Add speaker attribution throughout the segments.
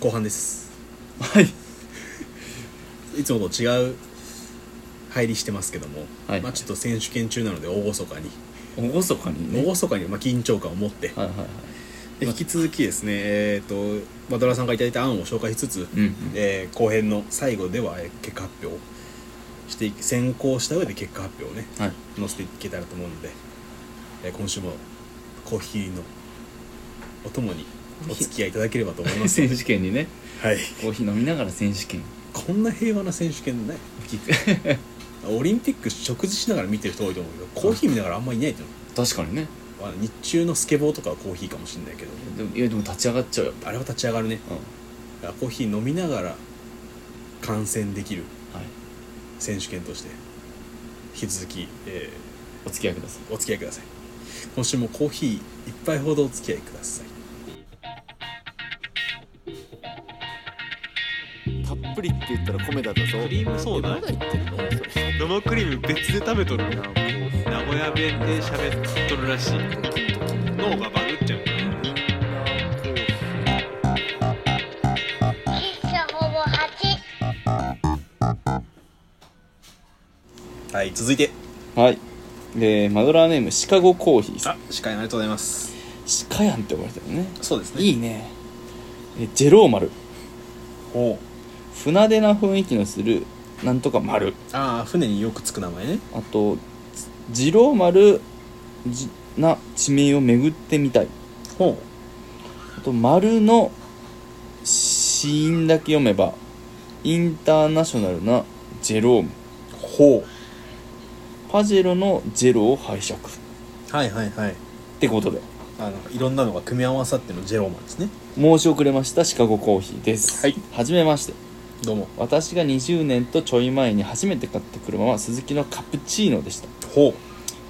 Speaker 1: 後半です
Speaker 2: はい
Speaker 1: いつもと違う入りしてますけども、
Speaker 2: はい
Speaker 1: まあ、ちょっと選手権中なので大そかに
Speaker 2: 厳かにね
Speaker 1: 大そかにまあ緊張感を持って、
Speaker 2: はいはいはい
Speaker 1: で引き続きですねえっ、とバドラーさんがいただいた案を紹介しつつ、
Speaker 2: うんうん
Speaker 1: えー後編の最後ではえー結果発表していき先行した上で結果発表をね
Speaker 2: はい
Speaker 1: 載せていけたらと思うので、えー今週もコーヒーのお供にお付き合いいただければと思います
Speaker 2: 選手権にね
Speaker 1: はい
Speaker 2: コーヒー飲みながら選手権
Speaker 1: こんな平和な選手権 ない
Speaker 2: 聞く
Speaker 1: オリンピック食事しながら見てる人多いと思うけどコーヒー見ながらあんまりいないっていう
Speaker 2: 確かにね
Speaker 1: の、まあ、日中のスケボーとかはコーヒーかもしれないけど
Speaker 2: でもいやでも立ち上がっちゃうよ
Speaker 1: あれは立ち上がるね
Speaker 2: うん
Speaker 1: だからコーヒー飲みながら観戦できる
Speaker 2: はい
Speaker 1: 選手権として引き続き、え
Speaker 2: お付き合いくださ
Speaker 1: ーお付き合いください今週もコーヒー一杯ほどお付き合いください
Speaker 3: たっぷりって言ったら米だったぞ
Speaker 4: クリームソーダ
Speaker 3: 言ってるの
Speaker 4: 生クリーム別で食べとる名古屋弁で喋っとるらしい脳がバグっちゃう
Speaker 5: 喫茶ほぼ8。
Speaker 1: はい続いて
Speaker 2: いはいでマドラーネームシカゴコーヒーさん
Speaker 1: あ司会ありがとうございます
Speaker 2: シカヤンって呼ばれてるね
Speaker 1: そうですね
Speaker 2: いいねえジェロー丸
Speaker 1: お
Speaker 2: 船出な雰囲気のするなんとか丸
Speaker 1: ああ船によくつく名前ね
Speaker 2: あと「次郎丸じな地名を巡ってみたい」
Speaker 1: ほ
Speaker 2: あと「丸の死因だけ読めばインターナショナルなジェローム
Speaker 1: うほ
Speaker 2: パジェロのジェロを拝借」っ
Speaker 1: うはいはいはい
Speaker 2: てことで
Speaker 1: あのいろんなのが組み合わさってのジェローマンですね
Speaker 2: 申し遅れましたシカゴコーヒーです
Speaker 1: はい
Speaker 2: じめまして
Speaker 1: どうも
Speaker 2: 私が20年とちょい前に初めて買った車は鈴木のカプチーノでした
Speaker 1: ほ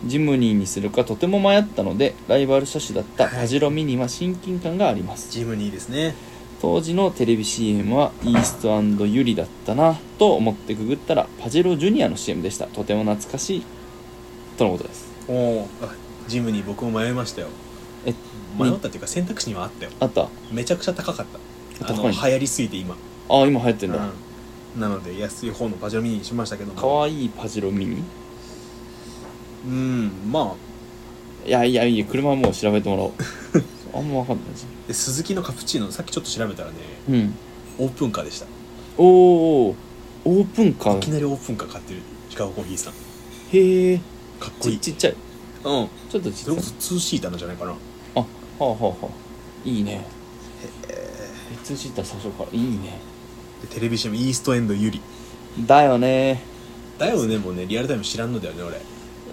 Speaker 2: ジムニーにするかとても迷ったのでライバル車種だった
Speaker 1: はい
Speaker 2: パジェロミニは親近感があります
Speaker 1: ジムニーですね
Speaker 2: 当時のテレビ CM はイーストユリだったなと思ってググったらパジェロジュニアの CM でしたとても懐かしいとのことです
Speaker 1: おおジムニー僕も迷いましたよ
Speaker 2: え
Speaker 1: 迷ったっていうか選択肢にはあったよ
Speaker 2: あったあ
Speaker 1: めちゃくちゃ高かったあの
Speaker 2: 高い
Speaker 1: 流行りすぎて今、
Speaker 2: 今流行ってんだ
Speaker 1: うんなので安い方のパジャロミニにしましたけども
Speaker 2: かわいいパジェロミニ
Speaker 1: うんま
Speaker 2: いやいやいや車はもう調べ てもらおうあんま分かんないじ
Speaker 1: あで鈴木のカプチーノさっきちょっと調べたらね
Speaker 2: ゃんうん
Speaker 1: オープンカーでした
Speaker 2: おおオープンカ
Speaker 1: いき
Speaker 2: ー
Speaker 1: なりオープンカー買ってるシカゴコーヒーさん
Speaker 2: へえ
Speaker 1: かっこい
Speaker 2: ち
Speaker 1: い
Speaker 2: ちっちゃい
Speaker 1: うん
Speaker 2: ちょっとちっち
Speaker 1: それ
Speaker 2: ゃい
Speaker 1: こそツーシーターなんじゃないかな
Speaker 2: あはあはあはあいいねえ通知った最初からいいね
Speaker 1: でテレビ CM イーストエンドユリ
Speaker 2: だよね
Speaker 1: だよねもうねリアルタイム知らんのだよね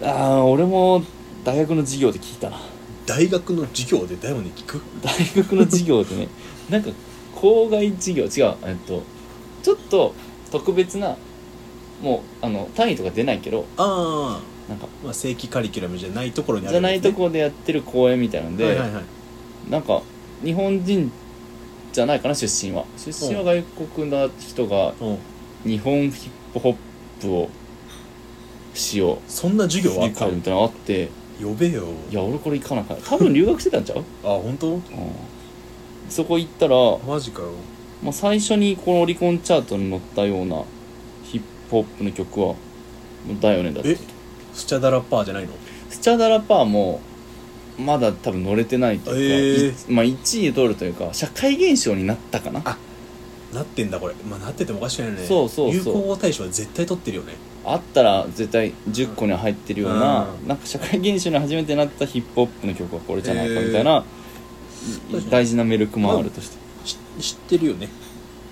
Speaker 1: 俺
Speaker 2: ああ俺も大学の授業で聞いたな
Speaker 1: 大学の授業でだよね聞く
Speaker 2: 大学の授業でねなんか校外授業違うえっとちょっと特別なもうあの単位とか出ないけど
Speaker 1: あ
Speaker 2: なんか
Speaker 1: あまあ正規カリキュラムじゃないところにあ
Speaker 2: じ
Speaker 1: る
Speaker 2: ゃ
Speaker 1: ん
Speaker 2: な
Speaker 1: で
Speaker 2: い
Speaker 1: すね
Speaker 2: とこでやってる公演みたいなんで、
Speaker 1: はいはいはい
Speaker 2: なんか日本人じゃないかな出身は出身は外国の人が
Speaker 1: うん
Speaker 2: 日本ヒップホップをしよう
Speaker 1: そんな授業はあ
Speaker 2: 理
Speaker 1: った
Speaker 2: 解みたいなのあって
Speaker 1: 呼べよ
Speaker 2: いや俺これ行かなかった多分留学してたんちゃう、
Speaker 1: あ本当
Speaker 2: うんそこ行ったら、
Speaker 1: マジかよ
Speaker 2: まあ、最初にこのオリコンチャートに載ったようなヒップホップの曲はだよねだって
Speaker 1: えスチャダラッパーじゃないの
Speaker 2: スチャダラパーもまだ多分乗れてないというか、いまあ、1位を取るというか社会現象になったかな
Speaker 1: あなってんだこれまあなっててもおかしくないよね
Speaker 2: そうそうそう
Speaker 1: 有効語大賞は絶対取ってるよね
Speaker 2: あったら絶対10個には入ってるような、
Speaker 1: うん
Speaker 2: なんか社会現象に初めてなったヒップホップの曲はこれじゃないかみたいな、い
Speaker 1: 確かに
Speaker 2: 大事なメルクもあるとして、
Speaker 1: し知ってるよね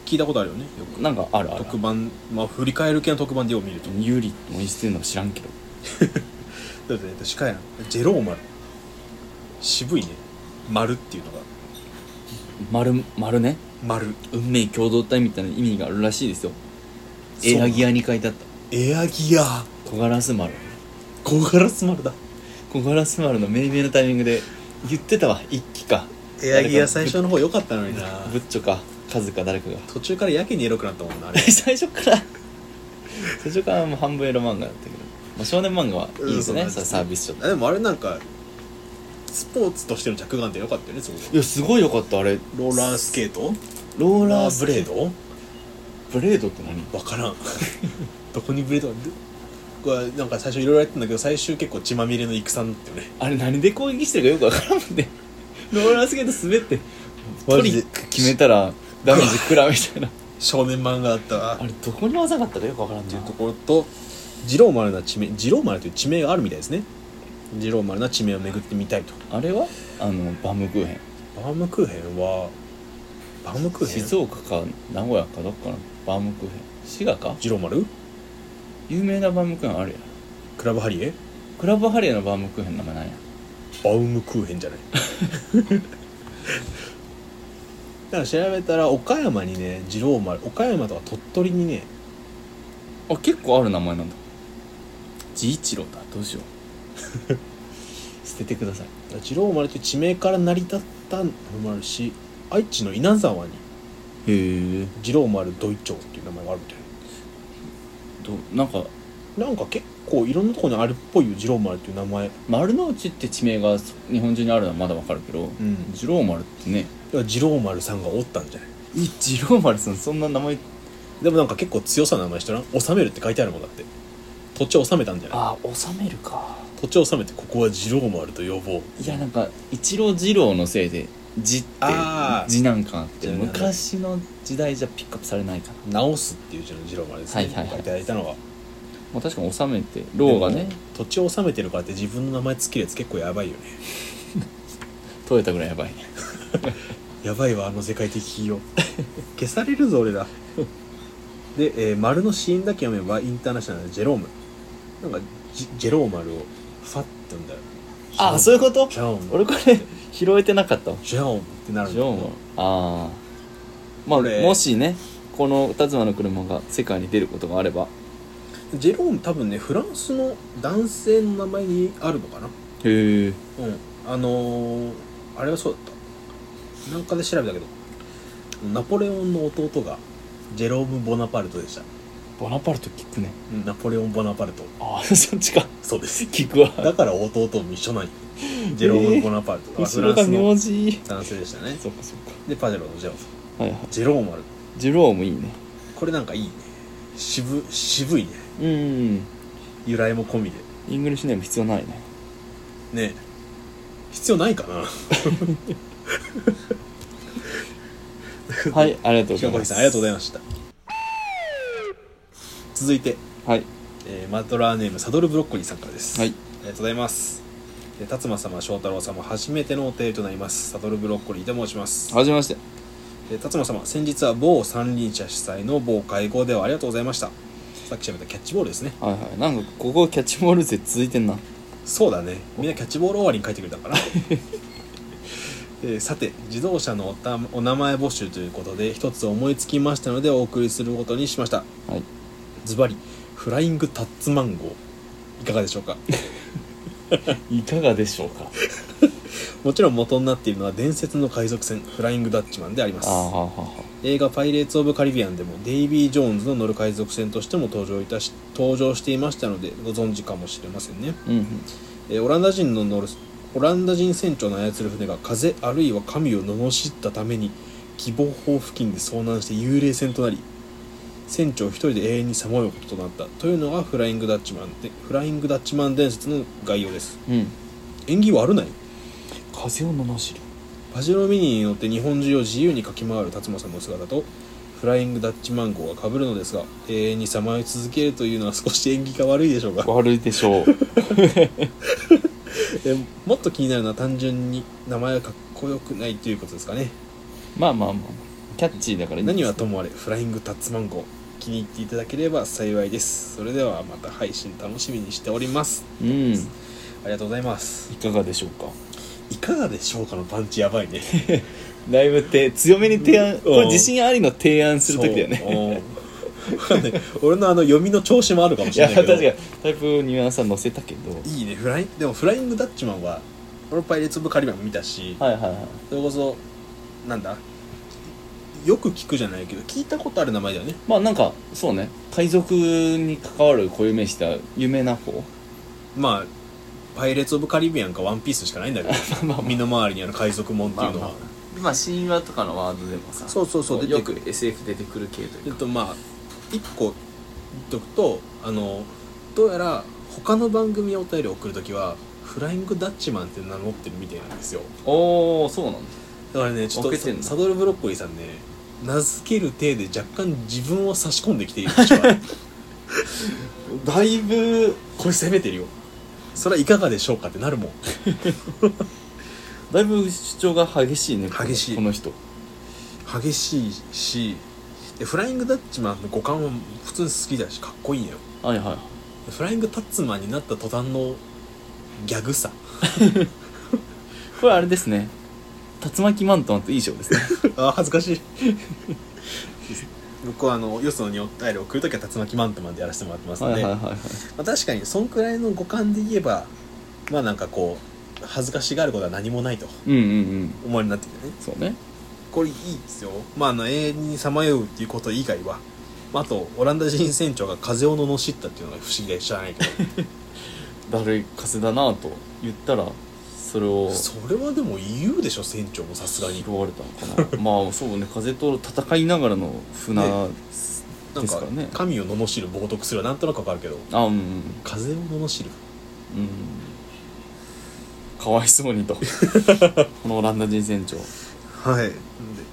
Speaker 1: 聞いたことあるよねよく
Speaker 2: なんかあるある
Speaker 1: 特番まあ振り返る系の特番でよう見ると
Speaker 2: ユリもいつっていうのは知らんけど
Speaker 1: だってね確かやんジェローマル渋いね丸っていうのが
Speaker 2: 丸丸ね
Speaker 1: 丸
Speaker 2: 運命共同体みたいな意味があるらしいですよ
Speaker 1: そう
Speaker 2: エアギアに書いてあった
Speaker 1: エアギア
Speaker 2: 小ガラス丸
Speaker 1: 小ガラス丸だ
Speaker 2: 小ガラス丸の命名のタイミングで言ってたわ一気か
Speaker 1: エアギア最初の方良かったのにな
Speaker 2: ブッチョかカズか誰かが
Speaker 1: 途中からやけにエロくなったもんなあれ
Speaker 2: 最初から最初からもう半分エロ漫画だったけど、まあ、少年漫画はいいですね、
Speaker 1: うん
Speaker 2: さサービスショット
Speaker 1: あでもあれなんかスポーツとしての着眼点良かったよねすごく
Speaker 2: いやすごいよかったあれ
Speaker 1: ローラースケート
Speaker 2: ロ
Speaker 1: ロ
Speaker 2: ー
Speaker 1: ー
Speaker 2: ラ
Speaker 1: ラ
Speaker 2: ー
Speaker 1: ーブレード
Speaker 2: ブレードって何
Speaker 1: わからん どこにブレードがこれなんか最初いろいろやったんだけど最終結構血まみれの戦になってるね
Speaker 2: あれ何で攻撃してるかよくわからんもんねローラースケート滑ってトリック決めたらダメージ食らうみたいな
Speaker 1: 少年漫画だったわ
Speaker 2: あれどこに技があったかよくわからん
Speaker 1: って
Speaker 2: な
Speaker 1: いうところと二郎丸な地名二郎丸という地名があるみたいですね二郎丸な地名を巡ってみたいと
Speaker 2: あれはあのバームクーヘン
Speaker 1: バームクーヘンはバームクーヘ
Speaker 2: 静
Speaker 1: ン
Speaker 2: 岡か名古屋かどっかのバームクーヘン滋賀か
Speaker 1: 二郎丸
Speaker 2: 有名なバームクーヘンあるやん
Speaker 1: クラブハリエ
Speaker 2: クラブハリエのバームクーヘンの名前なんや
Speaker 1: バウムクーヘンじゃないだから調べたら岡山にね二郎丸岡山とか鳥取にね
Speaker 2: あ結構ある名前なんだ治一郎だどうしよう捨ててください
Speaker 1: 二郎丸という地名から成り立ったのもあるし愛知の稲沢に
Speaker 2: へえ
Speaker 1: 二郎丸土井町っていう名前があるみたい
Speaker 2: なんか
Speaker 1: ななんか結構いろんなところにあるっぽいよ二郎丸っていう名前
Speaker 2: 丸の内って地名が日本中にあるのはまだわかるけど
Speaker 1: うん
Speaker 2: 次郎丸ってね
Speaker 1: だから二郎丸さんがおったんじゃない
Speaker 2: い次郎丸さんそんな名前
Speaker 1: でもなんか結構強さの名前してらん治めるって書いてあるもんだって土地を治めたんじゃない
Speaker 2: ああ収めるか
Speaker 1: 土地を治めてここは二郎丸と呼ぼう
Speaker 2: いやなんか一郎二郎のせいで「じ」って
Speaker 1: あー
Speaker 2: 次男感あって
Speaker 1: じゃあね
Speaker 2: 昔の時代じゃピックアップされないかな
Speaker 1: 直すっていう字の二郎丸ですね、
Speaker 2: はいはいはい
Speaker 1: いただいたのは
Speaker 2: もう確かに収めて郎がね
Speaker 1: でも土地を治めてるからって自分の名前つけるやつ結構やばいよね
Speaker 2: 取れたぐらいやばいね
Speaker 1: やばいわあの世界的企 業消されるぞ俺らで、えー丸の死因だけ読めばインターナショナルジェロームなんかジジェローマルをファッて読んだよ
Speaker 2: ああそういうこと
Speaker 1: ジェローム
Speaker 2: 俺これ拾えてなかったわ
Speaker 1: ジェロームってなるん
Speaker 2: ジ
Speaker 1: だ
Speaker 2: ョンはああまあ
Speaker 1: これ
Speaker 2: もしねこの「タズマの車」が世界に出ることがあれば
Speaker 1: ジェローム多分ねフランスの男性の名前にあるのかな
Speaker 2: へえ
Speaker 1: うんあのー、あれはそうだったなんかで調べたけどナポレオンの弟がジェローム・ボナパルトでした、
Speaker 2: ボナパルト聞くね
Speaker 1: うん、ナポレオン・ボナパルト
Speaker 2: ああそっちか
Speaker 1: そうです
Speaker 2: 聞くわ
Speaker 1: だから弟も一緒なんよジェローム・ボナパルト、
Speaker 2: 後ろが
Speaker 1: フラ
Speaker 2: 名
Speaker 1: ンスの
Speaker 2: 字
Speaker 1: 男性でしたね
Speaker 2: そっかそっか
Speaker 1: でパジェロのジェロ
Speaker 2: はいはい
Speaker 1: ジェローマル
Speaker 2: ジュローもいいね
Speaker 1: これなんかいいね渋渋いね
Speaker 2: うん
Speaker 1: 由来も込みで
Speaker 2: イングリッシュネーム必要ないね
Speaker 1: ね必要ないかな
Speaker 2: はいありがとうござ
Speaker 1: 白
Speaker 2: いま
Speaker 1: 堀
Speaker 2: す
Speaker 1: さんありがとうございました続いて、
Speaker 2: はい
Speaker 1: えーマトラーネームサドルブロッコリーさんからです、
Speaker 2: はい
Speaker 1: ありがとうございますえー辰馬様翔太郎様初めてのお便りとなりますサドルブロッコリーと申します
Speaker 2: はじめまして
Speaker 1: えー辰馬様先日は某三輪車主催の某会合ではありがとうございましたさっき喋ったキャッチボールですね
Speaker 2: はいはいなんかここキャッチボール勢続いてんな
Speaker 1: そうだねみんなキャッチボール終わりに書いてくれたから えーさて自動車のおたお名前募集ということで一つ思いつきましたのでお送りすることにしました
Speaker 2: はい
Speaker 1: ズバリフライングタッツマンゴーいかがでしょうか
Speaker 2: いかがでしょうか
Speaker 1: もちろん元になっているのは伝説の海賊船フライングダッチマンでありま
Speaker 2: あ
Speaker 1: す
Speaker 2: あはあはあは
Speaker 1: 映画「パイレーツ・オブ・カリビアン」でもデイビー・ジョーンズの乗る海賊船としても登場いたし登場していましたのでご存知かもしれませんね、
Speaker 2: あうんうん
Speaker 1: えーオランダ人の乗るオランダ人船長の操る船が風あるいは神を罵ったために希望峰付近で遭難して幽霊船となり船長一人で永遠にさまようこととなったというのがフライングダッチマンでフライングダッチマン伝説の概要です
Speaker 2: うん
Speaker 1: 縁起悪ない
Speaker 2: 風を罵る
Speaker 1: パジェロミニに乗って日本中を自由に駆け回る辰馬さんの姿とフライングダッチマンゴーが被るのですが永遠にさまよい続けるというのは少し縁起が悪いでしょう か
Speaker 2: 悪いでしょう
Speaker 1: えもっと気になるのは単純に名前がかっこよくないということですかね
Speaker 2: まあまあまあキャッチーだからいいです
Speaker 1: 何はともあれフライングタッツマンゴー気に入っていただければ幸いですそれではまた配信楽しみにしております
Speaker 2: うんい
Speaker 1: ありがとうございます
Speaker 2: かがでしょうか
Speaker 1: いかがでしょうかのパンチやばいね
Speaker 2: だいぶて強めに提案
Speaker 1: う
Speaker 2: これ
Speaker 1: ん
Speaker 2: 自信ありの提案 する時だよね
Speaker 1: ね俺のあの読みの調子もあるかも
Speaker 2: い
Speaker 1: しれ
Speaker 2: や
Speaker 1: ないけ
Speaker 2: 確
Speaker 1: ど
Speaker 2: かにタイプニュアンスは載せたけど
Speaker 1: いいねフラインでもフライングダッチマンは俺パイレーツ・オブ・カリビアンも見たし、
Speaker 2: はいはいはい
Speaker 1: それこそなんだよく聞くじゃないけど聞いたことある名前だよね
Speaker 2: まあなんかそうね海賊に関わる固有名詞では有名な 方
Speaker 1: ま あパイレーツ・オブ・カリビアンかワンピースしかないんだけど身の回りにある海賊もんっていうのは、
Speaker 2: まあ神話とかのワードでもさ
Speaker 1: そうそうそう出
Speaker 2: よ
Speaker 1: てくる
Speaker 2: く SF 出てくる系と
Speaker 1: えっ
Speaker 2: いうか
Speaker 1: とまあ一個言っとくとあのどうやら他の番組をお便り送るときはフライングダッチマンって名乗ってるみたいなんですよ
Speaker 2: おおそうなんだ
Speaker 1: だからねちょっ
Speaker 2: 分けてん
Speaker 1: と
Speaker 2: だ
Speaker 1: サドルブロッコリーさんね名付ける体で若干自分を差し込んできている私は
Speaker 2: だいぶ
Speaker 1: これ攻めてるよそれはいかがでしょうかってなるもん
Speaker 2: だいぶ主張が激しいねこの
Speaker 1: 激しい
Speaker 2: この人
Speaker 1: 激しいしでフライングダッチマンの五感は普通に好きだしかっこいいのよ
Speaker 2: はいはい
Speaker 1: フライングタッツマンになった途端のギャグさ
Speaker 2: これあれですね竜巻マントマンといい賞 ですね
Speaker 1: あー恥ずかしい 僕はあのよそのにお便りを送るときは竜巻マントマンでやらせてもらってます
Speaker 2: はい
Speaker 1: の
Speaker 2: は
Speaker 1: で、
Speaker 2: いはい
Speaker 1: ま
Speaker 2: はい
Speaker 1: あ、確かにそんくらいの五感で言えばまあなんかこう恥ずかしがることは何もないと
Speaker 2: うんうんうん
Speaker 1: 思いになってきてね
Speaker 2: そうね
Speaker 1: これいいですよまああの永遠にさまようっていうこと以外は、まあ、あとオランダ人船長が風邪を罵ったっていうのが不思議で知らない けど
Speaker 2: だるい風だなと言ったらそれを
Speaker 1: それはでも言うでしょ船長もさすがに
Speaker 2: 拾われたのかな まあそうね風と戦いながらの船、
Speaker 1: ねなん
Speaker 2: です
Speaker 1: か
Speaker 2: からね
Speaker 1: 神を罵る冒涜するはなんとなくわかるけど
Speaker 2: あうんうん
Speaker 1: 風を罵る
Speaker 2: うんかわいそ うにとこのオランダ人船長
Speaker 1: はい。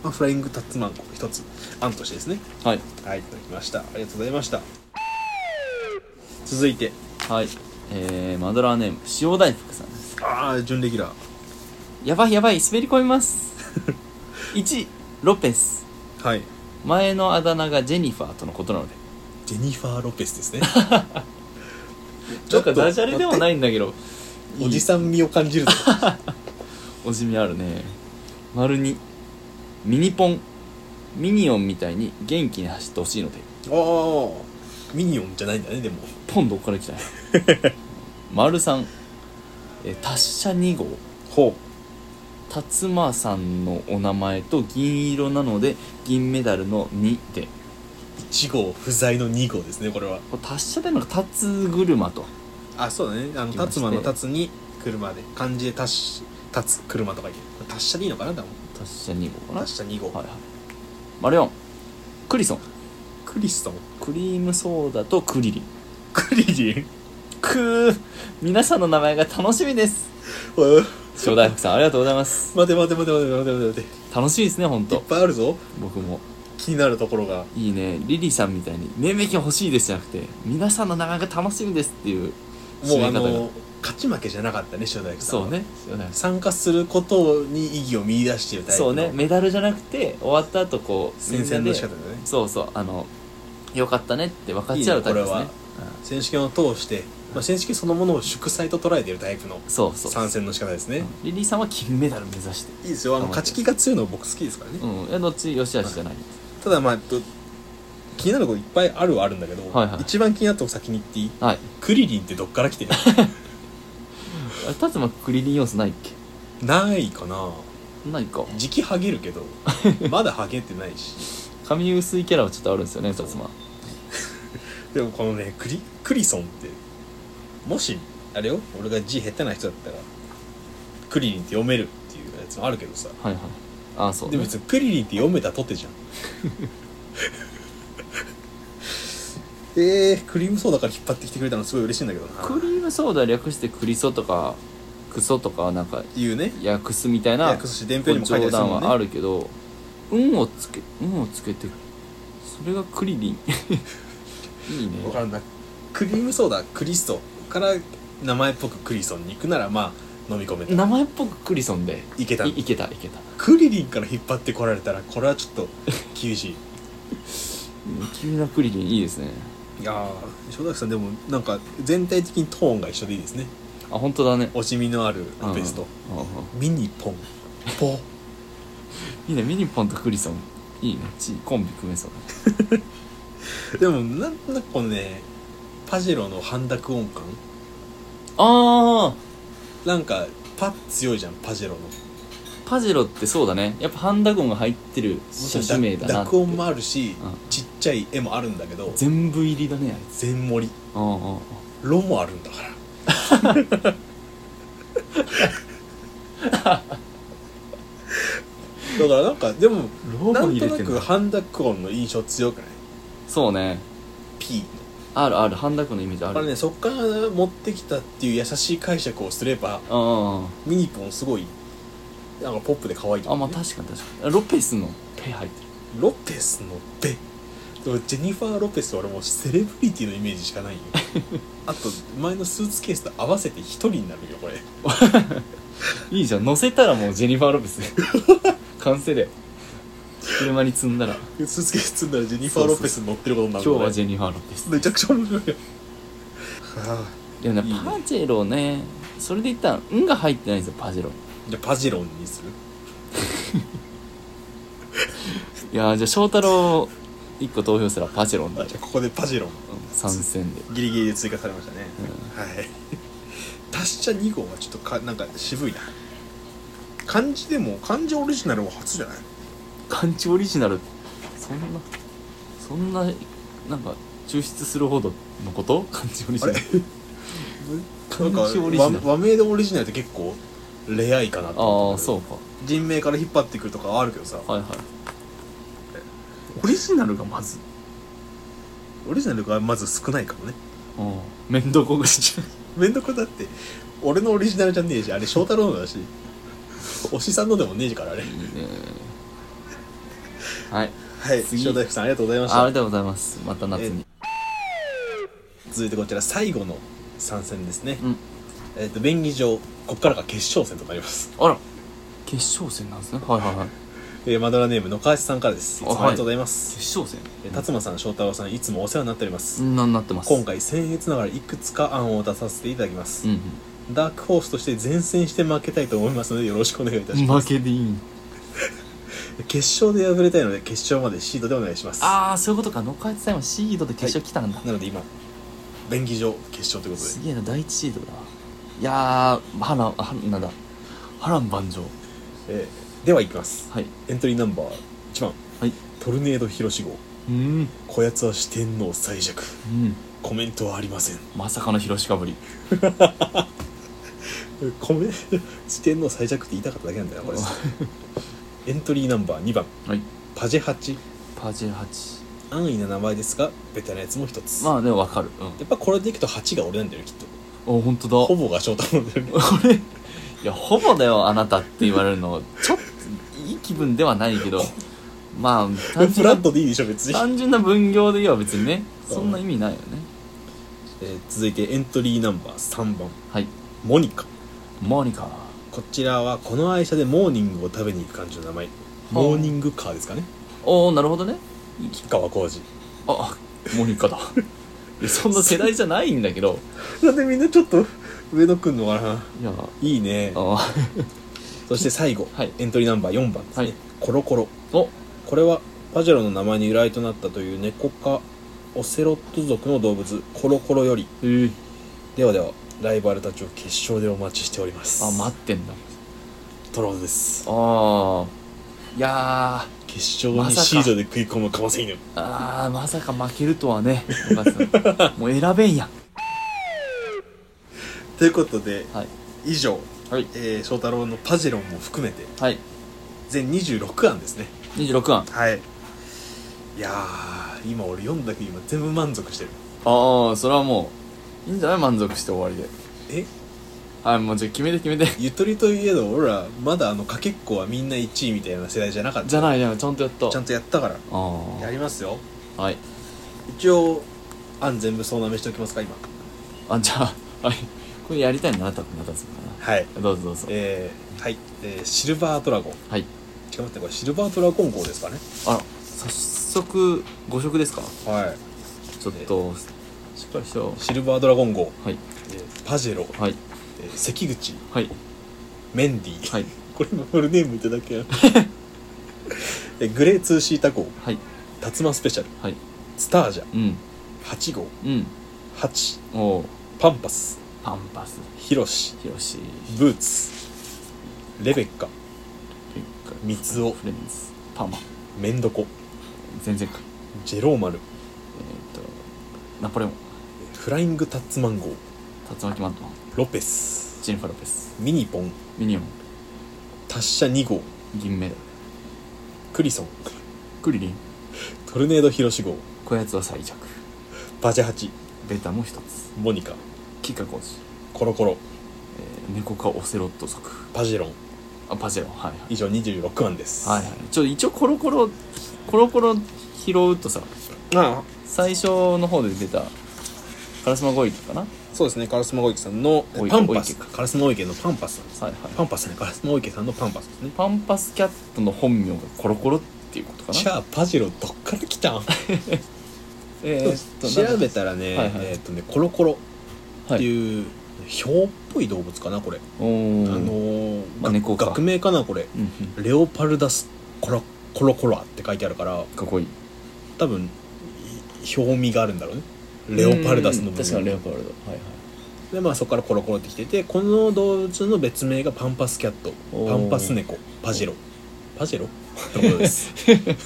Speaker 1: まあ、フライングタッツマンこれ一つ案としてですね。
Speaker 2: はい
Speaker 1: はい、いただきました。ありがとうございました。続いて、
Speaker 2: はいえー、マドラーネーム塩大福さんです
Speaker 1: ああ、準レギュラー。
Speaker 2: やばいやばい滑り込みます 1ロペス
Speaker 1: はい。
Speaker 2: 前のあだ名がジェニファーとのことなので
Speaker 1: ジェニファー・ロペス ですね。。
Speaker 2: なんかダジャレでもないいんだけど
Speaker 1: おじさん味を感 じるぞ。
Speaker 2: おじみあるね丸2ミニポンミニオンみたいに元気に走ってほしいので
Speaker 1: ああ、ミニオンじゃないんだね、でも。
Speaker 2: ポンどっから来たんや 丸3え達者2号
Speaker 1: ほ
Speaker 2: 達馬さんのお名前と銀色なので銀メダルの2で
Speaker 1: う。1号不在の2号ですね、これは。
Speaker 2: これ達者でのが達車と
Speaker 1: あ、そうだね。あの、
Speaker 2: 来ま
Speaker 1: タ
Speaker 2: して
Speaker 1: ツマのタツに車で、漢字でタッタツ、車とか言う。達者でいいのかな、多分。
Speaker 2: 達者2号かな
Speaker 1: 達者2号。
Speaker 2: はいはい丸4クリソン
Speaker 1: クリスさん
Speaker 2: クリームソーダとクリリン
Speaker 1: クリリン
Speaker 2: くー皆さんの名前が楽しみです
Speaker 1: おい
Speaker 2: 正大福さんありがとうございます
Speaker 1: 待て待て待て待て待て待て待てい
Speaker 2: 楽しいですね本
Speaker 1: っ
Speaker 2: 当
Speaker 1: ぱいあるぞ
Speaker 2: 僕も
Speaker 1: 気になるところが
Speaker 2: いいねリリーさんみたいに「命名権欲しいです」じゃなくて「皆さんの名前が楽しみです」っていう
Speaker 1: も
Speaker 2: 締
Speaker 1: う
Speaker 2: め
Speaker 1: あ
Speaker 2: 方が
Speaker 1: の勝ち負けじゃなかったね塩大工さんは
Speaker 2: そうねそうね
Speaker 1: 参加することに意義を見出してるタイプ
Speaker 2: そ
Speaker 1: の
Speaker 2: うねメダルじゃなくて終わった後こう
Speaker 1: 先生の仕
Speaker 2: みん
Speaker 1: 方
Speaker 2: な
Speaker 1: だね
Speaker 2: でそうそうあのよかったねって分かち合うタイプですね
Speaker 1: いいね選手権を通して、まあ、選手権そのものを祝祭と捉えてるタイプの
Speaker 2: うんそうそう
Speaker 1: 参戦の仕方ですね
Speaker 2: うんリリーさんは金メダル目指して
Speaker 1: いいですよあの
Speaker 2: 頑張って
Speaker 1: 勝ち気が強いの僕好きですからね、
Speaker 2: うんいやどっちよしあしじゃない
Speaker 1: ただまあえっと気になることいっぱいあるはあるんだけど、
Speaker 2: はいはい
Speaker 1: 一番気になったとこ先に言っていい
Speaker 2: はい
Speaker 1: クリリンってどっから来 てる
Speaker 2: あれ達磨クリリン要素ないっけ
Speaker 1: ないかな
Speaker 2: ないか
Speaker 1: 時期ハゲるけ どまだハゲてないし
Speaker 2: 髪薄いキャラはちょっとあるんですよね達磨
Speaker 1: でもこのねクリクリソンってもしあれよ俺が字下手な人だったらクリリンって読めるっていうやつもあるけどさ
Speaker 2: はいはいあそう
Speaker 1: で
Speaker 2: ね
Speaker 1: も別にクリリンって読めたとてじゃん えー、クリームソーダから引っ張ってきてくれたのすごい嬉しいんだけどな
Speaker 2: クリームソーダ略してクリソとかクソとかなんか
Speaker 1: いうね
Speaker 2: 訳すみたいな
Speaker 1: 訳すし伝票にも書いてあ
Speaker 2: 冗
Speaker 1: るも
Speaker 2: 談
Speaker 1: んね
Speaker 2: はあるけど運をつけ運をつけてそれがク リリンいいね
Speaker 1: わからんなクリームソーダクリストから名前っぽくクリソンに行くならまあ飲み込めた
Speaker 2: 名前っぽくクリソンで
Speaker 1: いけた
Speaker 2: いいけたいけた
Speaker 1: クリリンから引っ張ってこられたらこれはちょっと厳しい
Speaker 2: うん急なクリリンいいですね
Speaker 1: いやー正崎さんでもなんか全体的にトーンが一緒でいいですね
Speaker 2: あ本当だね
Speaker 1: 惜しみのある
Speaker 2: うん
Speaker 1: ベスト、
Speaker 2: うんうん
Speaker 1: ミニポンポ
Speaker 2: いいねミニポンとクリソンいいねチーコンビ組めそう
Speaker 1: でもなんとなくこのねパジェロの半濁音感
Speaker 2: ああ
Speaker 1: なんかパッ強いじゃんパジェロの
Speaker 2: パジェロってそうだねやっぱハンダゴンが入ってる車種名だなって
Speaker 1: 濁音もあるし、
Speaker 2: うん
Speaker 1: ちっちゃい絵もあるんだけど
Speaker 2: 全部入りだねあいつ
Speaker 1: 全盛り
Speaker 2: うんうんうん
Speaker 1: ロもあるんだからだからなんかでも
Speaker 2: ロー
Speaker 1: な
Speaker 2: マ
Speaker 1: ん
Speaker 2: 入
Speaker 1: と
Speaker 2: れ
Speaker 1: な
Speaker 2: てん
Speaker 1: く
Speaker 2: だ
Speaker 1: ハンダク音の印象強くない
Speaker 2: そうね
Speaker 1: P
Speaker 2: あるある半田君のイメージあ
Speaker 1: あれ
Speaker 2: る
Speaker 1: ねそっから持ってきたっていう優しい解釈をすれば
Speaker 2: あ
Speaker 1: ミニポンすごいなんかポップで可愛いと
Speaker 2: ああ
Speaker 1: 思
Speaker 2: まあ
Speaker 1: うね
Speaker 2: 確かに確かにロペスのペ入ってる
Speaker 1: ロペスのベでもジェニファー・ロペスは俺もうセレブリティのイメージしか ないよあと前のスーツケースと合わせて一人になるよこれ
Speaker 2: いいじゃん乗せたらもうジェニファー・ロペス 完成だよ車に積んだら
Speaker 1: スーツケース積んだらジェニファー・ロペス乗ってることにな
Speaker 2: 今
Speaker 1: る
Speaker 2: 日はジ
Speaker 1: ェ
Speaker 2: ェニファー・ロペス
Speaker 1: めちゃくちゃ面白いよはあ
Speaker 2: でも
Speaker 1: いい
Speaker 2: ね
Speaker 1: ね
Speaker 2: パジェロねそれで言ったら「ん」が入ってないんですよパジェロ
Speaker 1: じゃあパジロンにする
Speaker 2: いやーじゃあ翔太郎1個投票したらパジェロンで
Speaker 1: あじゃあここでパジロン
Speaker 2: 参戦で
Speaker 1: ギリギリで追加されましたね、はい達者2号はちょっとかなんか渋いな漢字でも漢字オリジナルは初じゃない
Speaker 2: 漢字オリジナルそんなそんななんか抽出するほどのこと漢字オリジナル
Speaker 1: なんか
Speaker 2: 漢字オリジナル
Speaker 1: 和和名でオリジナルって結構レアいかなと
Speaker 2: あ
Speaker 1: 思
Speaker 2: あ
Speaker 1: ったけど
Speaker 2: そうか
Speaker 1: 人名から引っ張ってくるとかはあるけどさ
Speaker 2: はいはいオリジナルがまず
Speaker 1: オリジナルがまず少ないかもね
Speaker 2: うん面倒こぐし
Speaker 1: めんどくだって俺のオリジナルじゃねえしあれ翔太郎のだし推しさんのでもねえからあれ
Speaker 2: いいねはい
Speaker 1: はい
Speaker 2: 次
Speaker 1: 塩大福さんありがとうございまし
Speaker 2: ああり
Speaker 1: た
Speaker 2: がとうございますまた夏に
Speaker 1: 続いてこちら最後の参戦ですね、
Speaker 2: うん
Speaker 1: えっ、と便宜上こっからが決勝戦となります
Speaker 2: あら決勝戦なんですねはいはいはい
Speaker 1: えーマドラーネーム野川さんからです。いつもありがとうございます。
Speaker 2: 決勝戦
Speaker 1: えー辰馬さん、翔太郎さん、いつもお世話になっております。
Speaker 2: なんなってます
Speaker 1: 今回、僭越ながらいくつか案を出させていただきます。
Speaker 2: うん
Speaker 1: ダークホースとして前線して負けたいと思いますので、よろしくお願いいた
Speaker 2: う
Speaker 1: し
Speaker 2: ん
Speaker 1: ま
Speaker 2: 負
Speaker 1: す。
Speaker 2: けでいいん
Speaker 1: 決勝で敗れたいので、決勝までシードでお願いします。な
Speaker 2: ああそういうことかノックアウトタイムシードで決勝来たんだ、
Speaker 1: ので今、便宜上決勝ということ
Speaker 2: す
Speaker 1: で、
Speaker 2: げえな第一シードだいやー波乱はなんだ波乱万丈
Speaker 1: えーでは行きます。
Speaker 2: はい
Speaker 1: エントリーナンバー1番、
Speaker 2: はい
Speaker 1: トルネード広志号、
Speaker 2: うん
Speaker 1: こやつは四天王最弱、
Speaker 2: うん
Speaker 1: コメントはありません。
Speaker 2: まさかの広しかぶり
Speaker 1: ごめん 四天王最弱って言いたかっただけなんだよなこれ エントリーナンバー2番
Speaker 2: はい
Speaker 1: パジェ8
Speaker 2: パージェ8
Speaker 1: 安易な名前ですがベタなやつも一つ、
Speaker 2: まあでもわかるうん
Speaker 1: やっぱこれでいくと8が俺なんだよねきっと
Speaker 2: お本当だ
Speaker 1: ほぼが翔太郎なんだよね
Speaker 2: こ れいやほぼだよあなたって言われるのちょっといい気分ではないけどまあ 単
Speaker 1: フ
Speaker 2: 純
Speaker 1: ラ
Speaker 2: な
Speaker 1: ットでいいでしょ別に、
Speaker 2: 単純な分業で言えば別にね
Speaker 1: そう
Speaker 2: そんな意味ないよね
Speaker 1: えー続いてエントリーナンバー3番
Speaker 2: はい
Speaker 1: モニカ
Speaker 2: モニカ
Speaker 1: こちらはこの愛車でモーニングを食べに行く感じの名前モーニングカーですかね
Speaker 2: おおなるほどね
Speaker 1: 吉川浩司
Speaker 2: あモニカだ いやそんな世代じゃないんだけど
Speaker 1: なんでみんなちょっと上野くんのかない
Speaker 2: や
Speaker 1: いいね
Speaker 2: あ
Speaker 1: そして最後、
Speaker 2: はい
Speaker 1: エントリーナンバー4番ですね、
Speaker 2: はい
Speaker 1: コロコロ
Speaker 2: お
Speaker 1: これはパジェロの名前に由来となったという猫科オセロット族の動物コロコロより
Speaker 2: えー、
Speaker 1: ではではライバルたちを決勝でお待ちしております
Speaker 2: あ待ってんだ
Speaker 1: トローズです
Speaker 2: ああいや
Speaker 1: 決勝
Speaker 2: ま
Speaker 1: に
Speaker 2: さか
Speaker 1: シードで食い込むかませんよ
Speaker 2: ーあーまさか負けるとはねよかった もう選べんや
Speaker 1: ということで
Speaker 2: はい
Speaker 1: 以上、
Speaker 2: はい
Speaker 1: えー翔太郎のパジェロンも含めて
Speaker 2: はい
Speaker 1: 全26案ですね
Speaker 2: 26案
Speaker 1: はいいやー今俺読んだけど今全部満足してる
Speaker 2: ああそれはもういいんじゃない満足して終わりで
Speaker 1: え
Speaker 2: はいもうじゃあ決めて決めて
Speaker 1: ゆとりといえど俺らまだあのかけっこはみんな1位みたいな世代じゃなかった
Speaker 2: じゃないじゃないちゃんとやった
Speaker 1: ちゃんとやったから
Speaker 2: あ
Speaker 1: やりますよ
Speaker 2: あはい
Speaker 1: 一応案全部総なめしておきますか今
Speaker 2: あじゃあはいこれやりたいのあなたなたすか
Speaker 1: はい
Speaker 2: などうぞどうぞ
Speaker 1: えー、はい、えー、シルバードラゴン
Speaker 2: はい
Speaker 1: ちょっと待ってこれシルバードラゴン号ですかね
Speaker 2: あら早速5色ですか
Speaker 1: は
Speaker 2: ちょっとしっかりしよ
Speaker 1: いシルバードラゴン号、
Speaker 2: うはい
Speaker 1: えーパジェロ、
Speaker 2: はい
Speaker 1: えー関口
Speaker 2: はい
Speaker 1: メンディー、
Speaker 2: はい
Speaker 1: これ今フルネームいただ けやえーグレー2シータ号
Speaker 2: はい
Speaker 1: 竜馬スペシャル
Speaker 2: はい
Speaker 1: スタージャ
Speaker 2: うん
Speaker 1: 8号
Speaker 2: うん
Speaker 1: 8
Speaker 2: おう
Speaker 1: パンパス
Speaker 2: パンパス
Speaker 1: ヒロシ
Speaker 2: ヒロシ
Speaker 1: ブーツレベッカ三つ男
Speaker 2: フレンズパーマ
Speaker 1: メンドコ
Speaker 2: 前々回
Speaker 1: ジェローマル
Speaker 2: えっ、とナポレオン
Speaker 1: フライングタッツマン号
Speaker 2: 竜巻マントマン
Speaker 1: ロペス
Speaker 2: ジェニファー・ロペス
Speaker 1: ミニポン
Speaker 2: ミニオン
Speaker 1: 達者2号
Speaker 2: 銀メダル
Speaker 1: クリソン
Speaker 2: クリリン
Speaker 1: トルネード広志号
Speaker 2: こやつは最弱
Speaker 1: バジャハチ
Speaker 2: ベタも一つ
Speaker 1: モニカ
Speaker 2: キカコンシ
Speaker 1: コロコロ
Speaker 2: えー猫かオセロット族
Speaker 1: パジェロン
Speaker 2: あパジェロンはいはい
Speaker 1: 以上26番です
Speaker 2: はいはいちょっと一応コロコロコロコロ拾うとさ
Speaker 1: ああ
Speaker 2: 最初の方で出たカラスマゴイキかなはい
Speaker 1: そうですねカラスマゴイケさんの
Speaker 2: おい
Speaker 1: パンパ
Speaker 2: おいけ
Speaker 1: ス
Speaker 2: か
Speaker 1: カラスマゴイケのパンパスさんです
Speaker 2: はい
Speaker 1: パンパスねカラスマゴイケさんのパンパスですね
Speaker 2: パンパスキャットの本名がコロコロっていうことかな
Speaker 1: じゃあパジェロどっから来たん
Speaker 2: えーっ と
Speaker 1: 調べたらね、
Speaker 2: はいはい
Speaker 1: えーっとねコロコロ
Speaker 2: は
Speaker 1: って
Speaker 2: い
Speaker 1: いうヒョウっぽい動物かなこれ、
Speaker 2: おー
Speaker 1: あのー
Speaker 2: まあ
Speaker 1: が
Speaker 2: 猫か
Speaker 1: 学名かなこれ
Speaker 2: うんうん
Speaker 1: レオパルダスコロコロコラって書いてあるから
Speaker 2: かっこいい
Speaker 1: 多分表味があるんだろうねレオパルダスの
Speaker 2: うん
Speaker 1: 部
Speaker 2: 確かにレオ
Speaker 1: 分
Speaker 2: パルドはいはい
Speaker 1: でまあそこからコロコロってきててこの動物の別名がパンパスキャット
Speaker 2: おー
Speaker 1: パンパス猫パジェロパジェロってことです だか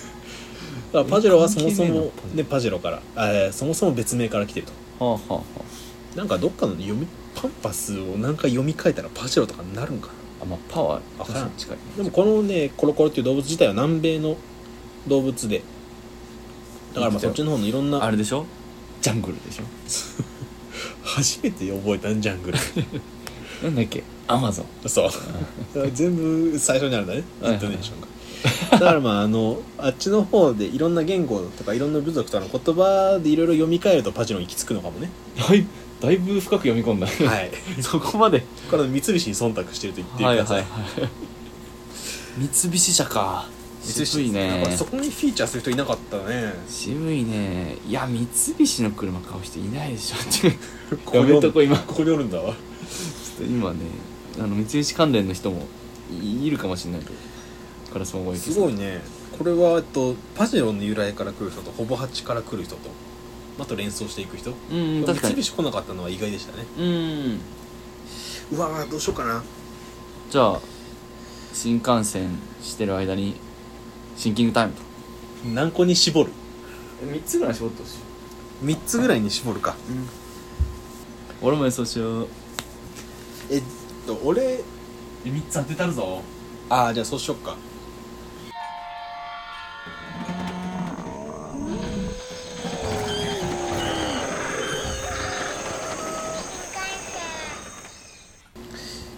Speaker 1: らパジェロはそもそ
Speaker 2: 関係ねえ
Speaker 1: も
Speaker 2: なパジェロ
Speaker 1: ねパジェロからえーそもそも別名から来てると
Speaker 2: はあはあはあ
Speaker 1: なんかどっかの読みパンパスを何回読み替えたらパジェロとかになるんかな
Speaker 2: あまあパワー
Speaker 1: わからん
Speaker 2: 近いね
Speaker 1: でもこのねコロコロっていう動物自体は南米の動物でだからまあそっちの方のいろん
Speaker 2: あ
Speaker 1: な
Speaker 2: れでしょジャングルでしょ
Speaker 1: 初めて覚えたんジャングル
Speaker 2: なんだっけアマゾン
Speaker 1: そう 全部最初にあるんだねイ
Speaker 2: はいはい
Speaker 1: ントネーションがだからまああのあっちの方でいろんな言語とかいろんな部族とかの言葉でいろいろ読み替えるとパジロン行き着くのかもね
Speaker 2: だいだいぶ深く読み込んだ
Speaker 1: はい
Speaker 2: そこまで
Speaker 1: これ三菱に忖度してると言って
Speaker 2: はい
Speaker 1: くだ
Speaker 2: はい
Speaker 1: さい、
Speaker 2: はい三菱社か渋
Speaker 1: な
Speaker 2: い
Speaker 1: ん
Speaker 2: ね
Speaker 1: かそこにフィーチャーする人いなかったね
Speaker 2: 渋いねいや三菱の車買う人いないでしょって
Speaker 1: こ
Speaker 2: やめとこう今
Speaker 1: ここにおるんだわ
Speaker 2: 今ねあの三菱関連の人もいいるかもしれないけどからその覚え
Speaker 1: すごいねこれは、えっと、パジェロの由来から来る人とほぼ8から来る人とあと連想していく人
Speaker 2: うん確か
Speaker 1: 三
Speaker 2: に
Speaker 1: 菱来なかったのは意外でしたね
Speaker 2: うん
Speaker 1: うわーどうしようかな
Speaker 2: じゃあ新幹線してる間にシンキングタイムと
Speaker 1: 何個に絞る
Speaker 2: 3つぐらい絞ってほしい
Speaker 1: 3つぐらいに絞るか
Speaker 2: 俺も演奏しよう
Speaker 1: えっと俺
Speaker 2: 3つ当てたるぞ
Speaker 1: ああじゃあそうしよっか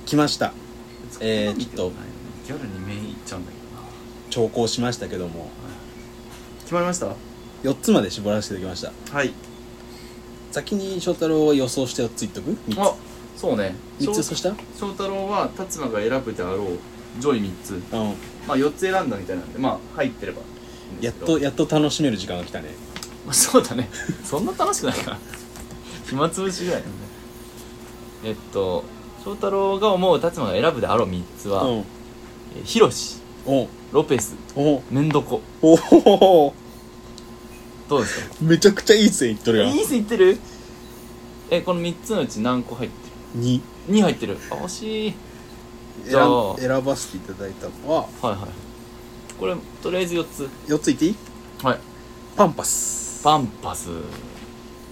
Speaker 1: 来ましたえーちょっと
Speaker 2: ギャルに目いっちゃうんだけどな
Speaker 1: 調校しましたけども
Speaker 2: 決まりました
Speaker 1: 4つまで絞らせていただきました
Speaker 2: はい
Speaker 1: 先に翔太郎は予想して4ついっとく
Speaker 2: あ
Speaker 1: 3
Speaker 2: そうね
Speaker 1: つ3つそした
Speaker 2: 翔太郎は達馬が選ぶであろう上位3つ
Speaker 1: うん
Speaker 2: まあ4つ選んだみたいなんでまあ入ってればいい
Speaker 1: や
Speaker 2: ん
Speaker 1: っ
Speaker 2: ですけど
Speaker 1: とやっと楽しめる時間が来たね
Speaker 2: まあそうだねそんな楽しくないから暇つぶしぐらいなんでえっと翔太郎が思う達馬が選ぶであろう3つは、
Speaker 1: うん
Speaker 2: えヒロシ
Speaker 1: お
Speaker 2: ロペス
Speaker 1: お
Speaker 2: メンドコ
Speaker 1: おお
Speaker 2: どうですか
Speaker 1: めちゃくちゃいい線いっとるやん
Speaker 2: いい線いってるえこの3つのうち何個入って
Speaker 1: 2
Speaker 2: る2入ってるあ惜しいじ
Speaker 1: 選
Speaker 2: ゃあ
Speaker 1: ん選ばせていただいたのは
Speaker 2: はいはいこれとりあえず4つ
Speaker 1: 4ついっていい
Speaker 2: はい
Speaker 1: パンパス
Speaker 2: パンパス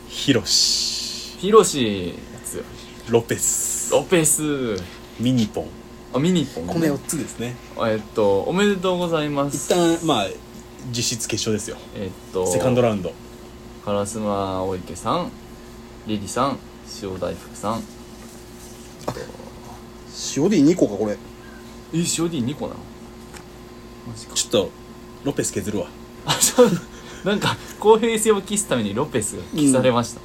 Speaker 1: ヒロシ
Speaker 2: ヒロシですよ
Speaker 1: ロペス
Speaker 2: ロペス
Speaker 1: ミニポン
Speaker 2: あミニポンね
Speaker 1: この4つですね
Speaker 2: えっとおめでとうございま
Speaker 1: 一
Speaker 2: す
Speaker 1: 旦まあ実質決勝ですよ
Speaker 2: えっと
Speaker 1: セカンドラウンド
Speaker 2: カラスマ大池さんリリさん塩大福さん
Speaker 1: 塩 D2 個かこれ
Speaker 2: え塩 D2 個なのマジか
Speaker 1: ちょっとロペス削るわ
Speaker 2: あそうなんか公平性を期すためにロペスが期されました、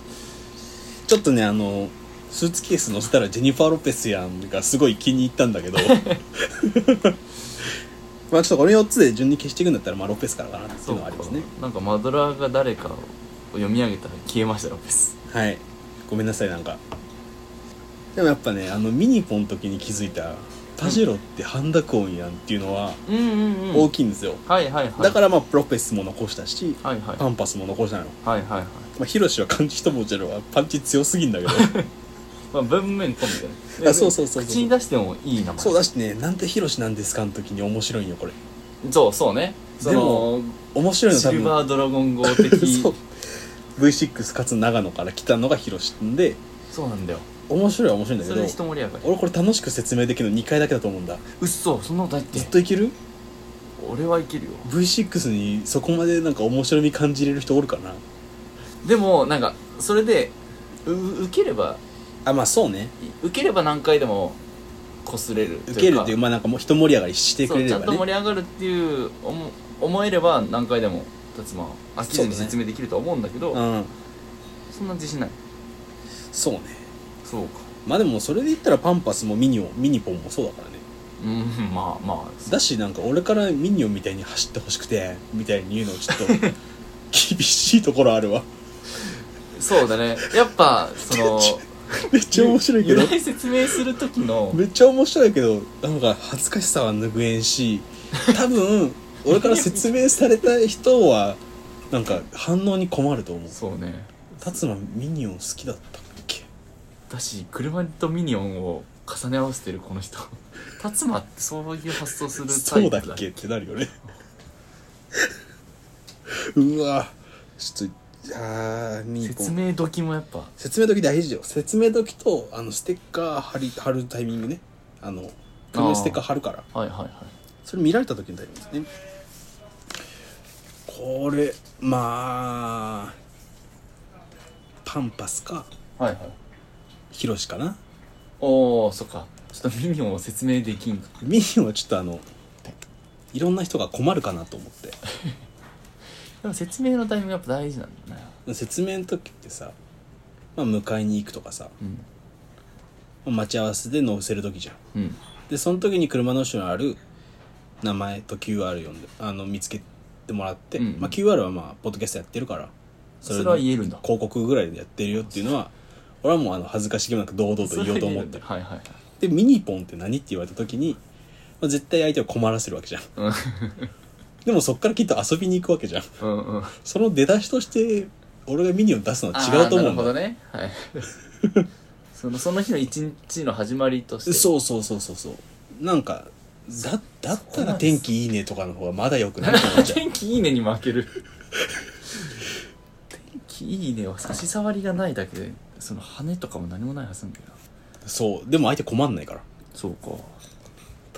Speaker 1: ちょっとねあのスーツケース乗せたらジェニファー・ロペスやんがすごい気に入ったんだけ どまあちょっとこの4つで順に消していくんだったらまあロペスからかなっていう
Speaker 2: そう
Speaker 1: のは
Speaker 2: か
Speaker 1: ありますね
Speaker 2: なんかマドラーが誰かを読み上げたら消えましたロペス
Speaker 1: はいごめんなさいなんかでもやっぱねあのミニポンの時に気づいたパジェロって半濁音やんっていうのは
Speaker 2: うんうんうん
Speaker 1: 大きいんですよ、
Speaker 2: はいはいはい
Speaker 1: だからまあロペスも残したし
Speaker 2: はいはい
Speaker 1: パンパスも残したの
Speaker 2: はいはいはい
Speaker 1: まあヒロシは漢字一文字のはパンチ強すぎん だけど
Speaker 2: まあ文面込みでね
Speaker 1: あそうそうそうそう
Speaker 2: 口に出してもいい名前
Speaker 1: そうだしねなんでヒロシなんですかの時に面白いんよこれ
Speaker 2: そうそうねそ
Speaker 1: でも
Speaker 2: の
Speaker 1: 面白いの
Speaker 2: シ
Speaker 1: 多
Speaker 2: ル
Speaker 1: 分
Speaker 2: バードラゴン号的
Speaker 1: そう V6 かつ長野から来たのがヒロシんで
Speaker 2: そうなんだよ
Speaker 1: 面白いは面白いんだけ
Speaker 2: そ
Speaker 1: ど
Speaker 2: れで一盛り上がり
Speaker 1: 俺これ楽しく説明できるの2回だけだと思うんだ
Speaker 2: うっそそんなことないって
Speaker 1: ずっといける
Speaker 2: 俺はいけるよ
Speaker 1: V6 にそこまでなんか面白み感じれる人おるかな
Speaker 2: でもなんかそれでうう受ければ
Speaker 1: あまあそうね
Speaker 2: い受ければ何回でもこすれると
Speaker 1: 受けるっていう
Speaker 2: か
Speaker 1: まあなんかもう一盛り上がりしてく
Speaker 2: そ
Speaker 1: れ
Speaker 2: うち
Speaker 1: れ
Speaker 2: ゃん
Speaker 1: ば
Speaker 2: と盛
Speaker 1: ね
Speaker 2: り上がるっていう思思えれば何回でも達馬は飽きずに
Speaker 1: そうだね
Speaker 2: 説明できるとは思うんだけどそ
Speaker 1: うん
Speaker 2: んな自信ない
Speaker 1: そうね
Speaker 2: そうか
Speaker 1: まあでもそれで言ったらパンパスもミニオンミニポンもそうだからね
Speaker 2: うんまあまあ
Speaker 1: だしなんか俺からミニオンみたいに走ってほしくてみたいに言うのち ょっと厳しいところあるわ
Speaker 2: そうだねやっぱその
Speaker 1: め っちゃ面白いけど
Speaker 2: 由来説明する時の
Speaker 1: めっちゃ面白いけどなんか恥ずかしさは拭えんし多分俺から説明された人はなんか反応に困ると思う
Speaker 2: そうね
Speaker 1: 達馬ミニオン好きだったっけ
Speaker 2: だし車とミニオンを重ね合わせてるこの人 達馬ってそういう発想するタ
Speaker 1: そ
Speaker 2: イ
Speaker 1: う
Speaker 2: プ
Speaker 1: だ
Speaker 2: だ
Speaker 1: っけってなるよね うわちょっとあーミニポン
Speaker 2: 説明時もやっぱ
Speaker 1: 説明時大事よ説明時とあのステッカー貼り貼るタイミングねあの車にステッカー貼るから
Speaker 2: はいはいはい
Speaker 1: それ見られた時のタイミングですねこれまあパンパスか
Speaker 2: はいはい
Speaker 1: ヒロシかな
Speaker 2: おおそっかちょっとミニオンを説明できんか
Speaker 1: ミニオンはちょっとあのいろんな人が困るかなと思っ
Speaker 2: でも説明のタイミングやっぱ大事なんだね
Speaker 1: て説明の時ってさ、まあ、迎えに行くとかさ
Speaker 2: うん
Speaker 1: 待ち合わせで乗せる時じゃん
Speaker 2: うん
Speaker 1: でその時に車の後ろにある名前と QR 読んであの見つけてもらって、
Speaker 2: うんうん
Speaker 1: まあ、QR はまあポッドキャストやってるから
Speaker 2: そ
Speaker 1: の
Speaker 2: れは言えるんだ
Speaker 1: 広告ぐらいでやってるよっていうのは俺はもうあの恥ずかしげもなく堂々と言おうと思ってる
Speaker 2: はいはいはい
Speaker 1: でミニポンって何って言われた時に、まあ、絶対相手を困らせるわけじゃん
Speaker 2: うん
Speaker 1: でもそっからきっと遊びに行くわけじゃん
Speaker 2: うんうん
Speaker 1: その出だしとして俺がミニオン出すのは違うと思うん
Speaker 2: あーなるほ
Speaker 1: だ
Speaker 2: どね はいそのその日の一日の始まりとして
Speaker 1: そうそうそうそうそうなんかだだったら天気いいねとかの方がまだよくないと思っちゃう
Speaker 2: 天気いいねに負 ける天気いいねは差し障りがないだけでその羽とかも何もないはずなんだよな
Speaker 1: そうでも相手困んないから
Speaker 2: そうか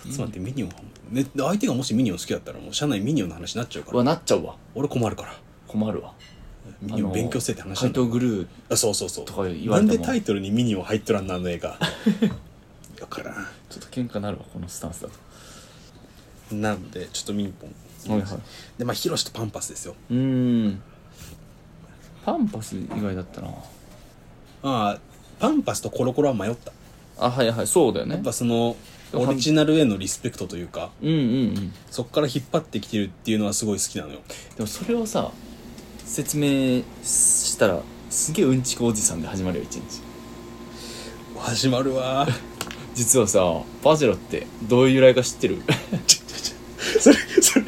Speaker 1: つまりミニオン、ね、で相手がもしミニオン好きだったらもう社内ミニオンの話になっちゃうか
Speaker 2: うわ
Speaker 1: ら
Speaker 2: なっちゃうわ
Speaker 1: 俺困るから
Speaker 2: 困るわ
Speaker 1: ミニオン勉強せえって話な
Speaker 2: 怪
Speaker 1: んだ
Speaker 2: 盗グルー
Speaker 1: あそうそうそう
Speaker 2: とか言われても
Speaker 1: なんでタイトルにミニオン入っとらんなあの映画だから
Speaker 2: ちょっと喧嘩なるわこのスタンスだと
Speaker 1: んなのでちょっとミニポン
Speaker 2: はいはい
Speaker 1: でまあヒロシとパンパスですよ
Speaker 2: うーんパンパス以外だったな
Speaker 1: ああパンパスとコロコロは迷った
Speaker 2: あはいはいそうだよね
Speaker 1: やっぱその
Speaker 2: でも
Speaker 1: オリジナルへのリスペクトというか
Speaker 2: うんうんうん
Speaker 1: そっから引っ張ってきてるっていうのはすごい好きなのよ
Speaker 2: でもそれをさ説明したらすげえうんちくおじさんで始まるよ一日
Speaker 1: 始まるわー
Speaker 2: 実はさパジェロってどういう由来か 知ってる
Speaker 1: ちょちょちょそれそれ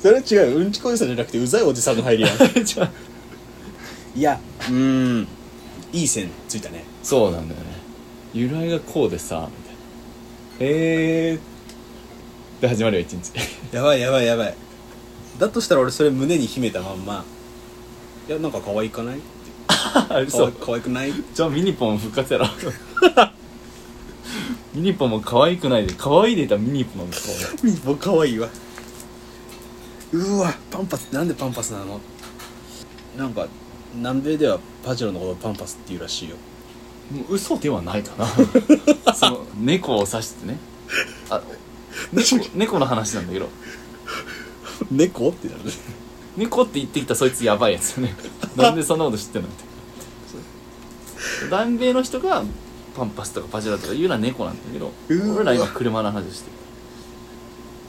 Speaker 1: それは違ううんちこおじさんじゃなくてうざいおじさんの入りやん
Speaker 2: じゃあ
Speaker 1: いやうーんいい線ついたね
Speaker 2: そうなんだよね由来がこうでさみたいなえーで始まるよ一 日
Speaker 1: やばいやばいやばいだとしたら俺それ胸に秘めたまんまいやなんか可愛くない
Speaker 2: あ
Speaker 1: 可
Speaker 2: そ
Speaker 1: 愛
Speaker 2: う
Speaker 1: 可愛くない
Speaker 2: じゃあミニポン復活やろ ミニポンも可愛くないで可愛いでたらミニポンの顔
Speaker 1: 僕可愛いわうわパンパスってなんでパンパスなのなんか南米ではパジェロのことをパンパスっていうらしいよ
Speaker 2: もう嘘ではないかなその猫を指してねあ猫猫の話なんだけど
Speaker 1: 猫ってなるね
Speaker 2: 猫って言ってきたそいつやばいやつよねなんでそんなこと知ってんのって南米の人がパンパスとかパジェラとか言うのは猫なんだけど
Speaker 1: うわ
Speaker 2: 俺ら今車の話をして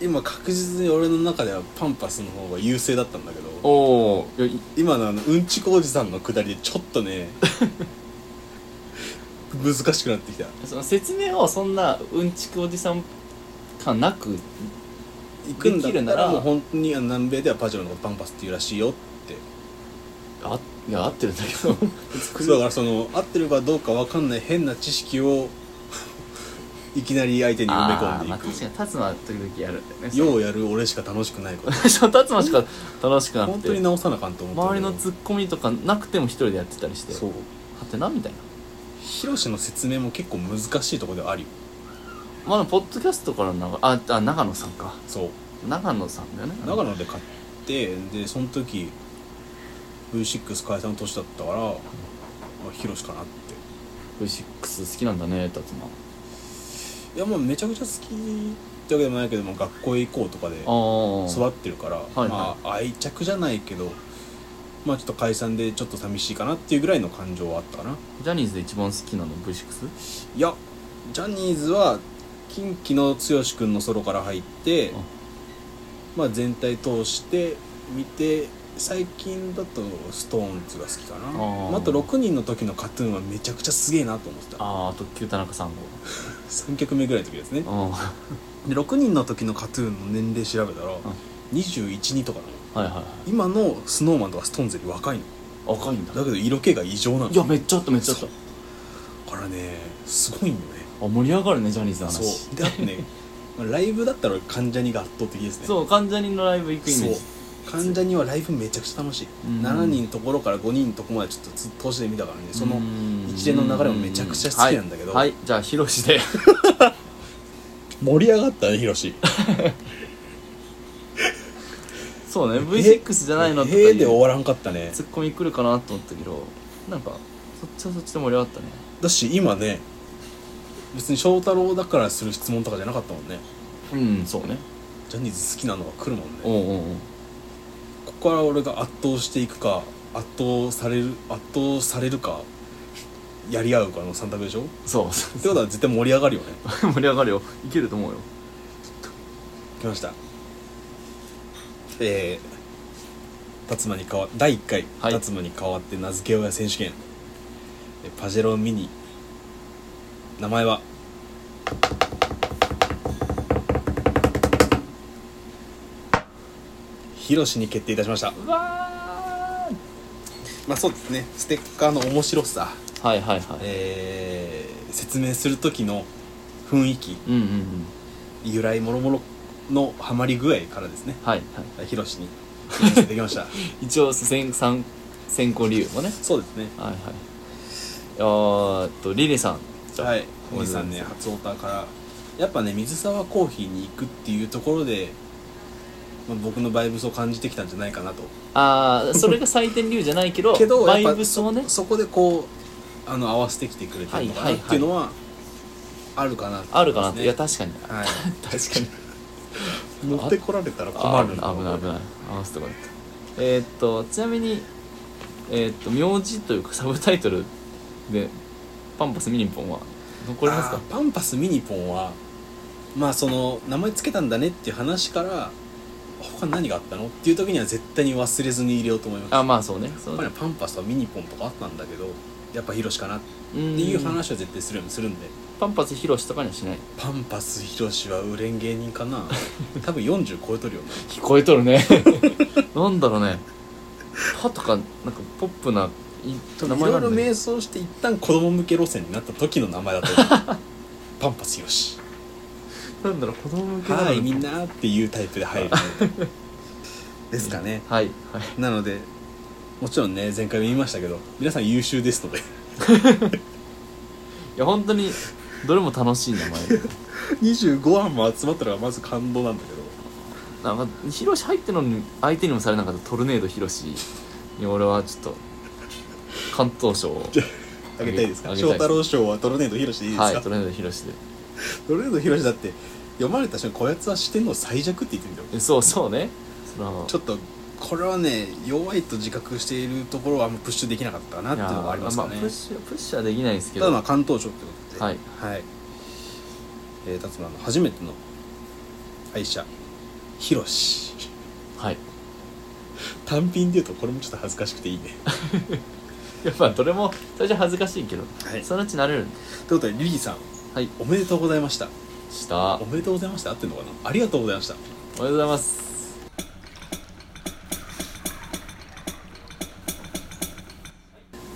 Speaker 2: る
Speaker 1: 今確実に俺の中ではパンパスの方が優勢だったんだけど
Speaker 2: おおい
Speaker 1: 今のあのうんちこおじさんのくだりでちょっと ね難しくなってきた
Speaker 2: その説明をそんなうんちくおじさん感なく
Speaker 1: 行くんだっ
Speaker 2: できる
Speaker 1: た
Speaker 2: な
Speaker 1: ら
Speaker 2: ら
Speaker 1: もう本当にあの南米ではパジェロのことパンパスっていうらしいよって
Speaker 2: あいや合ってるんだけど
Speaker 1: だからその合ってるかどうかわかんない変な知識を いきなり相手に埋め込ん
Speaker 2: あー
Speaker 1: で
Speaker 2: まあ
Speaker 1: いく、
Speaker 2: 確かに達馬時々やるんだよね
Speaker 1: ようやる俺しか楽しくない こと
Speaker 2: そう達馬しか楽しくなく
Speaker 1: 本当
Speaker 2: て
Speaker 1: に直さなあかんと思って
Speaker 2: 周りのツッコミとかなくても一人でやってたりして
Speaker 1: そう
Speaker 2: はてなみたいな
Speaker 1: ヒロシの説明も結構難しいところではあるよ
Speaker 2: まだポッドキャストからの流ああ長野さんか
Speaker 1: そう
Speaker 2: 長野さんだよね
Speaker 1: 長野で買ってでその時 V6 解散の年だったから、まあ、ヒロシかなって
Speaker 2: V6 好きなんだね辰馬
Speaker 1: いやもうめちゃくちゃ好きってわけでもないけど、まあ、学校へ行こうとかで
Speaker 2: あ
Speaker 1: 育ってるから、
Speaker 2: はい
Speaker 1: まあ愛着じゃないけどまあちょっと解散でちょっと寂しいかなっていうぐらいの感情はあったかな
Speaker 2: あジャニーズで一番好きなの V6?
Speaker 1: いやジャニーズは近畿の剛君のソロから入って
Speaker 2: あ
Speaker 1: まあ全体通して見て最近だとストーンズが好きかな
Speaker 2: あ
Speaker 1: あ,、
Speaker 2: ー
Speaker 1: まあ、あと6人の時のカトゥーンはめちゃくちゃすげえなと思ってた
Speaker 2: ああ特急田中さん
Speaker 1: 3曲目ぐらいの時ですね
Speaker 2: 号あ
Speaker 1: で6人の時のカトゥーンの年齢調べたら212とかなの
Speaker 2: あはいはいはい
Speaker 1: 今のスノーマンとかストーンズより若いの
Speaker 2: 赤いんだ
Speaker 1: だけど色気が異常なの
Speaker 2: いやめっちゃあっためっちゃあった
Speaker 1: だからねすごいんよね
Speaker 2: あ盛り上がるねジャニーズの話
Speaker 1: そうであとね まあライブだったら関ジャニが圧倒的ですね
Speaker 2: そう関ジャニのライブ行くイメージ
Speaker 1: そう関ジャニはライブめちゃくちゃ楽しい、
Speaker 2: うん
Speaker 1: 7人のところから5人のとこまでちょっとずっと通しで見たからねその
Speaker 2: うん
Speaker 1: 一連の流れもめちゃくちゃ好きなんだけど
Speaker 2: はい、はいじゃあヒロシで
Speaker 1: 盛り上がったねヒロシ
Speaker 2: そうね V6 じゃないのとか
Speaker 1: へ
Speaker 2: い
Speaker 1: えで終
Speaker 2: う
Speaker 1: わらんかったね
Speaker 2: ツッコミ来るかなと思ったけどなんかそっちはそっちで盛り上がったね
Speaker 1: だし今ね別に翔太郎だからする質問とかじゃなかったもんね
Speaker 2: うんそうね
Speaker 1: ジャニーズ好きなのが来るもんね
Speaker 2: おうおうおう
Speaker 1: ここから俺が圧倒していくか圧倒される圧倒されるかやり合うかの3択でしょっ
Speaker 2: そうそう
Speaker 1: てことは絶対盛り上がるよね
Speaker 2: 盛り上がるよいけると思うよ
Speaker 1: 来ましたえー、辰馬に代わ第1回、
Speaker 2: はい
Speaker 1: 辰馬に代わって名付け親選手権えパジェロミニ名前はヒロシに決定いたしました
Speaker 2: うわ
Speaker 1: まあそうですねステッカーの面白さ、
Speaker 2: ーはいはいはい、
Speaker 1: えー説明する時の雰囲気
Speaker 2: うんうんうん
Speaker 1: 由来もろもろのハマり具合からですね
Speaker 2: はいはい
Speaker 1: ヒロシに決定できました
Speaker 2: 一応先参選考理由もね
Speaker 1: そうですね
Speaker 2: はいはいあーっとリリさんじゃあ
Speaker 1: はい
Speaker 2: お
Speaker 1: お
Speaker 2: 願
Speaker 1: じ
Speaker 2: いしま
Speaker 1: さ
Speaker 2: す
Speaker 1: んね初オタからやっぱね水沢コーヒーに行くっていうところで、まあ、僕のバイブスを感じてきたんじゃないかなと
Speaker 2: ああそれが採点理由じゃないけど
Speaker 1: けど
Speaker 2: バ
Speaker 1: やっ
Speaker 2: イ
Speaker 1: ぱ
Speaker 2: ブスをね
Speaker 1: そこでこうあの合わせてきてくれてるのか
Speaker 2: は
Speaker 1: なっ
Speaker 2: いはいはい
Speaker 1: ていうのはあるかな
Speaker 2: あるかなって、
Speaker 1: と思
Speaker 2: い
Speaker 1: い
Speaker 2: や
Speaker 1: ますね
Speaker 2: 確かに
Speaker 1: はい
Speaker 2: 確かに
Speaker 1: 持ってこられたら困
Speaker 2: あ
Speaker 1: る
Speaker 2: 危
Speaker 1: な
Speaker 2: ない危ない危ない合わせてこなかったえーっとちなみにえーっと名字というかサブタイトルでパンパスミニポンは残ります
Speaker 1: あ
Speaker 2: か
Speaker 1: ーパンパスミニポンはまあその名前つけたんだねっていう話から他何があったのっていう時には絶対に忘れずに入れようと思います
Speaker 2: あまあそうねそ
Speaker 1: やっ
Speaker 2: う
Speaker 1: ぱり
Speaker 2: ね
Speaker 1: パンパスとミニポンとかあったんだけどやっぱヒロシかなって
Speaker 2: って
Speaker 1: いう話は絶対するようにするんで
Speaker 2: パンパスヒロシとかにはしない
Speaker 1: パンパスヒロシは売れん芸人か な多分40超えとるよね
Speaker 2: 聞こえとる ねなんだろうねパとかなんかポップない
Speaker 1: い
Speaker 2: 名
Speaker 1: ろ
Speaker 2: 前ないん
Speaker 1: ろ
Speaker 2: だね
Speaker 1: 迷走して一旦子供向け路線になった時の名前だと思う パンパスヒロシ
Speaker 2: なんだろう子供向けなの
Speaker 1: はいみんなっていうタイプで入る ですかね
Speaker 2: はいはい
Speaker 1: なのでもちろんね前回も言いましたけど皆さん優秀ですので
Speaker 2: いや本当にどれも楽しい名前
Speaker 1: 25案も集まったのがまず感動なんだけど
Speaker 2: なんかヒロシ入ってるのに相手にもされなかったトルネードヒロシに俺はちょっと関東賞を
Speaker 1: あげたいですか
Speaker 2: あげたいです
Speaker 1: 翔太郎賞はトルネードヒロシでいいです
Speaker 2: はい
Speaker 1: か、
Speaker 2: トルネードヒロシで
Speaker 1: トルネードヒロシだって読まれた瞬間こやつは視点の最弱って言ってみたよ
Speaker 2: えそうそうねその
Speaker 1: ちょっとこれはね弱いと自覚しているところはあんまプッシュできなかったかなっていうのがありますか
Speaker 2: い
Speaker 1: ね
Speaker 2: やあプッシュプッシュはできないですけ
Speaker 1: ただ
Speaker 2: ど
Speaker 1: まあ関東賞ってことで
Speaker 2: は、
Speaker 1: はいえー、辰馬の初めての愛車ヒロシ
Speaker 2: はい
Speaker 1: 単品で言うとこれもちょっと恥ずかしくていい ね
Speaker 2: やっぱどれも最初恥ずかしいけど、
Speaker 1: はい
Speaker 2: そのうち慣れる
Speaker 1: ということでリリーさん
Speaker 2: はい
Speaker 1: おめでとうございました
Speaker 2: したお
Speaker 1: お
Speaker 2: め
Speaker 1: めでとうございました合ってんのかなありがとうございました
Speaker 2: でとうございます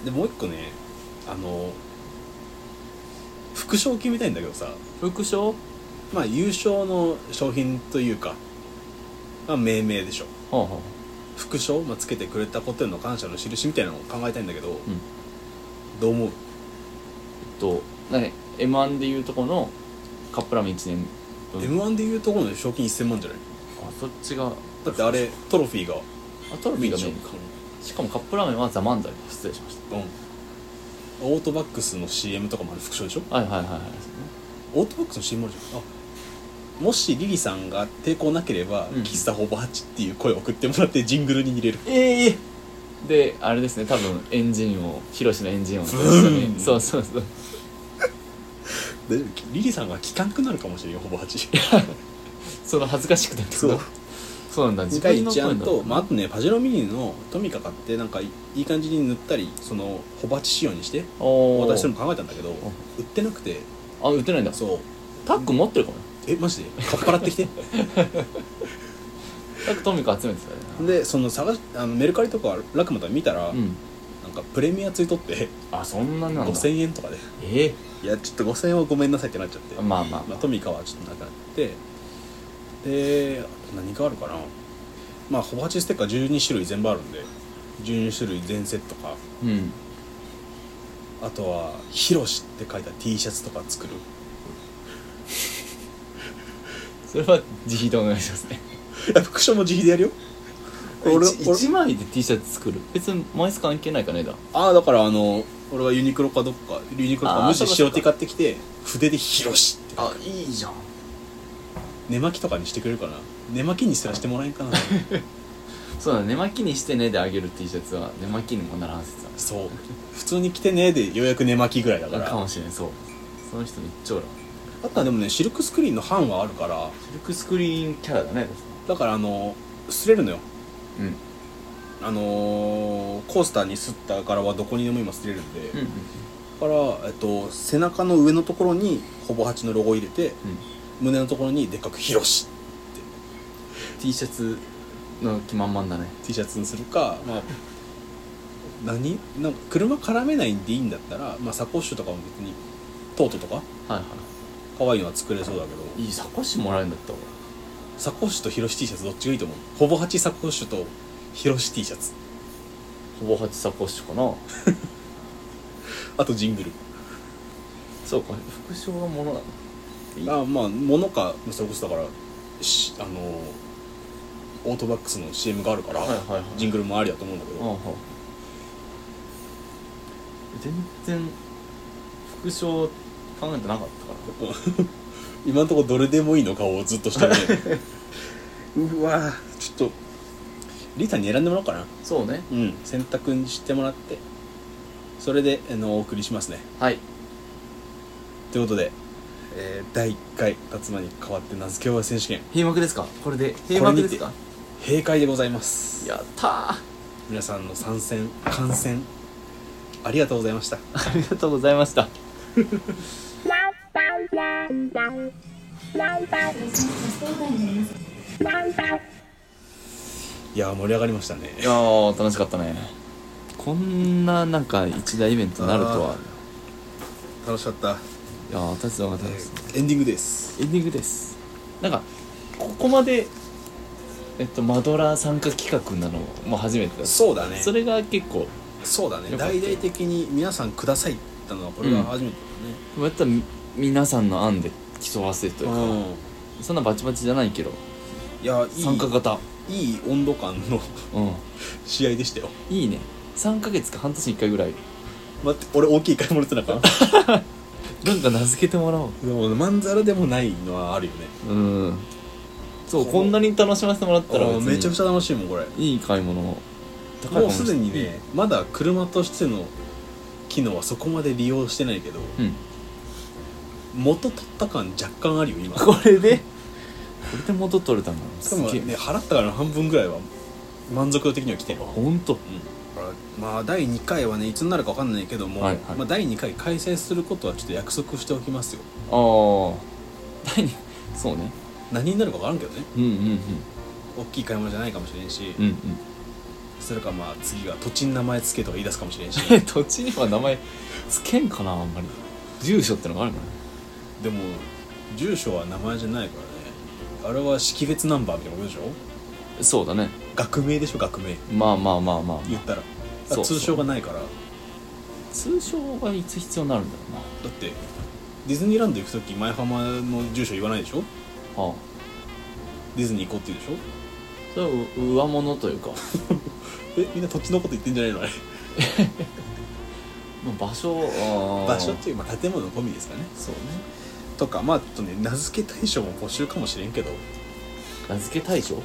Speaker 1: でもう一個ねあの副賞決めたいんだけどさ
Speaker 2: 副賞
Speaker 1: まあ優勝の商品というか、まあ、命名でしょ
Speaker 2: ほうほ
Speaker 1: 副賞、まあ、つけてくれたことへの感謝の印みたいなのを考えたいんだけど、
Speaker 2: ん
Speaker 1: どう思う
Speaker 2: うとなんか m 1でいうとこのカップラーメン1年分
Speaker 1: m 1でいうところの賞金1000万じゃない
Speaker 2: あそっちがあ
Speaker 1: だってあれトロフィーが
Speaker 2: トロフィーがメインかしかもカップラーメンはザ・漫才失礼しまし
Speaker 1: うんオートバックスの CM とかもあれ副賞でしょ
Speaker 2: たはいはいはいはい
Speaker 1: オートバックスの CM あるじゃんあもしリリさんが抵抗なければ、
Speaker 2: うん
Speaker 1: 喫茶ほぼ8っていう声を送ってもらってジングルに入れる
Speaker 2: ええであれですね多分エンジンをヒロシのエンジン音と一緒
Speaker 1: ブーン
Speaker 2: にそうそうそう
Speaker 1: 大丈夫リリさんが聞かんくなるかもしれんよほぼ8
Speaker 2: その恥ずかしくて
Speaker 1: そう
Speaker 2: そうなんだ
Speaker 1: 2
Speaker 2: 自
Speaker 1: 回
Speaker 2: 分の声
Speaker 1: 1
Speaker 2: な
Speaker 1: 案
Speaker 2: んだ
Speaker 1: と、まあ、あとねパジェロミニのトミカ買ってなんかいい感じに塗ったりそのホバチ仕様にして
Speaker 2: おお
Speaker 1: 私それも考えたんだけど売ってなくて
Speaker 2: あ売ってないんだ
Speaker 1: そう
Speaker 2: タック持ってるかも
Speaker 1: えマジでかっぱらってき て
Speaker 2: タックトミカ集めてたよね
Speaker 1: でその探しあのメルカリとかラクマとか見たら、
Speaker 2: うん
Speaker 1: なんかプレミアついとって
Speaker 2: あそんなになんだ
Speaker 1: 5000円とかで
Speaker 2: ええ
Speaker 1: いやちょっと5000円はごめんなさいってなっちゃって
Speaker 2: まあまあ
Speaker 1: まあ、
Speaker 2: まあ
Speaker 1: トミカはちょっとなくなってであと何かあるかなまあホバチステッカー12種類全部あるんで12種類全セットか
Speaker 2: うん
Speaker 1: あとは「ヒロシ」って書いた T シャツとか作る
Speaker 2: それは自費でお願いしますね
Speaker 1: いや副賞も自費でやるよこれ俺
Speaker 2: 一
Speaker 1: 俺
Speaker 2: 一枚で T シャツ作る別に枚数関係ないからねだ
Speaker 1: ああだからあの俺はユニクロかどっかユニクロと
Speaker 2: あ
Speaker 1: か
Speaker 2: ー
Speaker 1: 無視しようって
Speaker 2: そっか
Speaker 1: 買ってきて筆で「ヒロシ」って
Speaker 2: あいいじゃん
Speaker 1: 寝巻きとかにしてくれるかな寝巻きにすらしてもらえ んかな
Speaker 2: そうだ寝巻きにしてねであげる T シャツは寝巻きにもならん説
Speaker 1: そう普通に着てねでようやく寝巻きぐらいだか
Speaker 2: だ
Speaker 1: ら
Speaker 2: かもしれんそうその人の一丁羅
Speaker 1: あとはでもねシルクスクリーンの版はあるから
Speaker 2: シルクスクリーンキャラだね
Speaker 1: だからあの擦れるのよ
Speaker 2: うんうん
Speaker 1: あのーコースターに擦った柄はどこにでも今擦れるんで、
Speaker 2: うん
Speaker 1: だから、えっと、背中の上のところにほぼ8のロゴを入れて、胸のところにでっかく「ヒロシ
Speaker 2: T シャツの気満々だね」
Speaker 1: T シャツにするかまあ何なんか車絡めないんでいいんだったら、まあ、サコッシュとかも別にトートとか
Speaker 2: はいは
Speaker 1: 可愛いのは作れそうだけど
Speaker 2: いいいサコッシュもらえるんだったわ
Speaker 1: サコッシュとヒロシ T シャツどっちがいいと思うほぼ8サコッシュとヒロシ T シャツ
Speaker 2: ほぼ8サコッシュかな
Speaker 1: あとジングル
Speaker 2: そうか副賞はものなの
Speaker 1: あまあ物かそれこそだからしあのオートバックスの CM があるから、
Speaker 2: はいはいはい
Speaker 1: ジングルもありだと思うんだけ
Speaker 2: ああ
Speaker 1: ど、
Speaker 2: はあ全然副賞考えてなかったから
Speaker 1: 今のところどれでもいいの顔をずっとして ねうわぁちょっとリータに選んでもらおうかな
Speaker 2: そうね
Speaker 1: うん選択にしてもらってそれであのお送りしますね
Speaker 2: はい
Speaker 1: ということで、えー第1回「辰馬に代わって名付け親選手権
Speaker 2: 閉幕ですかこれで閉幕ですか」
Speaker 1: 閉会でございます
Speaker 2: やったーあ
Speaker 1: 皆さんの参戦観戦ありがとうございました
Speaker 2: りがとうございました
Speaker 1: いやー盛り上がりましたね
Speaker 2: いやー楽しかったねこんななんか一大イベントになるとは
Speaker 1: 楽しかった
Speaker 2: いやー達郎が楽しい
Speaker 1: エンディングです
Speaker 2: エンディングですなんかここまでえっとマドラー参加企画なのも初めてだし
Speaker 1: そうだね
Speaker 2: それが結構
Speaker 1: そうだね
Speaker 2: よかった
Speaker 1: 大々的に皆さんくださいって言ったのはこれが初めて
Speaker 2: こうやったらみ皆さんの案で競わせるとい
Speaker 1: だ
Speaker 2: う
Speaker 1: ね
Speaker 2: か、そんなバチバチじゃないけど
Speaker 1: いやい
Speaker 2: 参加型
Speaker 1: いいい温度感の
Speaker 2: うん
Speaker 1: 試合でしたよ
Speaker 2: いいね3ヶ月か半年に1回ぐらい
Speaker 1: 待って俺大きい買い物ってなか
Speaker 2: なんか名付けてもらおう
Speaker 1: でもまんざらでもないのはあるよね
Speaker 2: うんそうこんなに楽しませてもらったら
Speaker 1: あーめちゃくち
Speaker 2: ゃ
Speaker 1: ゃ楽しいもんこれ
Speaker 2: いい買い物も
Speaker 1: もうすでにねまだ車としての機能はそこまで利用してないけど
Speaker 2: うん
Speaker 1: 元取った感若干あるよ今
Speaker 2: これでこれで元取れたんだ
Speaker 1: しか
Speaker 2: す
Speaker 1: も
Speaker 2: げえ、
Speaker 1: ね払ったから半分ぐらいは満足度的には来てる
Speaker 2: ほんと
Speaker 1: まあ第2回はねいつになるか分かんないけども、
Speaker 2: はいはい
Speaker 1: まあ、第2回開催することはちょっと約束しておきますよ
Speaker 2: ああ第二そうね
Speaker 1: 何になるか分からんけどね
Speaker 2: うんうんうん
Speaker 1: 大きい買い物じゃないかもしれんし、
Speaker 2: うんうん
Speaker 1: それかまあ次が土地に名前つけとか言い出すかもしれんし
Speaker 2: え土地には名前つけんかなあんまり住所ってのがあるかな
Speaker 1: でも住所は名前じゃないからねあれは識別ナンバーみたいなことでしょ
Speaker 2: そうだね
Speaker 1: 学名でしょ学名
Speaker 2: まあまあまあまあ
Speaker 1: 言ったら
Speaker 2: そうそう
Speaker 1: 通称がないからだ
Speaker 2: 通称がいつ必要になるんだろ
Speaker 1: ってディズニーランド行く時前浜の住所言わないでしょ
Speaker 2: うなは
Speaker 1: ディズニー行こうって言うでし
Speaker 2: それはう上物というか、
Speaker 1: ょえみんな土地のこと言ってんじゃないのあれ
Speaker 2: まあ、場所あー
Speaker 1: 場所っていう、まあ、建物込みですかね
Speaker 2: そうね
Speaker 1: とかまあちょっとね名付け対象も募集かもしれんけど
Speaker 2: 名付け対象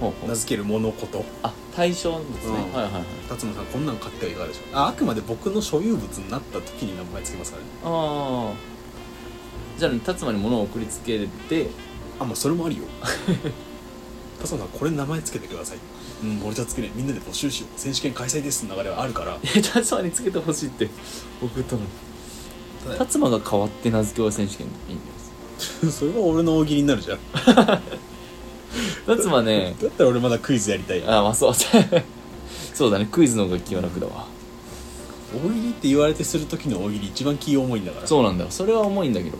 Speaker 2: ほうほ
Speaker 1: 名
Speaker 2: う
Speaker 1: 付ける物事
Speaker 2: あ対象ですね、
Speaker 1: うん
Speaker 2: はいはいはい
Speaker 1: 辰野さんこんなん買ってはいかがでしょうああくまで僕の所有物になった時に名前つけますからね
Speaker 2: ああじゃあ辰馬に物を送りつけて
Speaker 1: あまあそれもあるよ 辰野さんこれ名前つけてくださいうん俺じゃつけないみんなで募集しよう選手権開催ですの流れはあるから
Speaker 2: え辰馬につけてほしいって送ったのに
Speaker 1: ただ
Speaker 2: 辰馬が変わって名付け親選手権いいんです
Speaker 1: それは俺の大喜利になるじゃん
Speaker 2: 辰馬ね
Speaker 1: だったら俺まだクイズやりたい大
Speaker 2: あまあそう そうだねクイズの方が気は楽だわ
Speaker 1: 喜利って言われてする時の大喜利一番気重いんだから
Speaker 2: そうなんだよそれは重いんだけど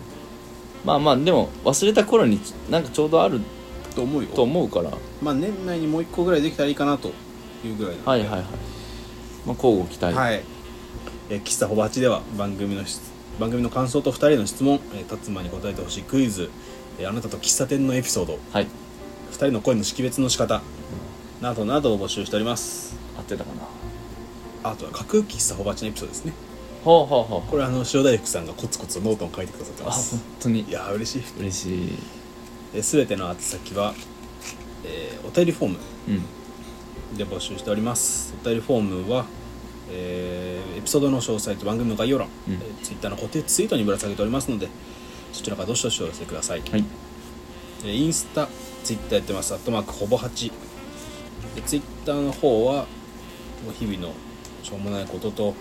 Speaker 2: まあまあでも忘れた頃にちなんかちょうどある
Speaker 1: と思うよ
Speaker 2: と思うからは
Speaker 1: まあ年内にもう一個ぐらいできたらいいかなというぐらいなんで
Speaker 2: いはいはい、まあ、交互期待
Speaker 1: はい、えー喫茶ほばちでは番組の質番組の感想と2人への質問、えー、辰馬に答えてほしいクイズ、えーあなたと喫茶店のエピソード
Speaker 2: はい
Speaker 1: 2人の声の識別の仕方などなどを募集しております
Speaker 2: 合ってたかな
Speaker 1: あとは架空喫茶ほばちのエピソードですね
Speaker 2: ほうほうほう
Speaker 1: これあの塩大福さんがコツコツノートを書いてくださって
Speaker 2: あ
Speaker 1: ま
Speaker 2: 本
Speaker 1: す
Speaker 2: 当に
Speaker 1: いやー嬉しい
Speaker 2: 嬉しい
Speaker 1: えー全ての宛先は、えーお便りフォーム
Speaker 2: うん
Speaker 1: で募集しておりますお便りフォームは、えーエピソードの詳細と番組の概要欄、
Speaker 2: うん
Speaker 1: えー、ツイッターの固定ツイートにぶら下げておりますのでそちらからどしどしお寄せください、
Speaker 2: はい
Speaker 1: えーインスタツイッターやってますアットマークほぼ8でツイッターの方はもう日々のしょうもないことと、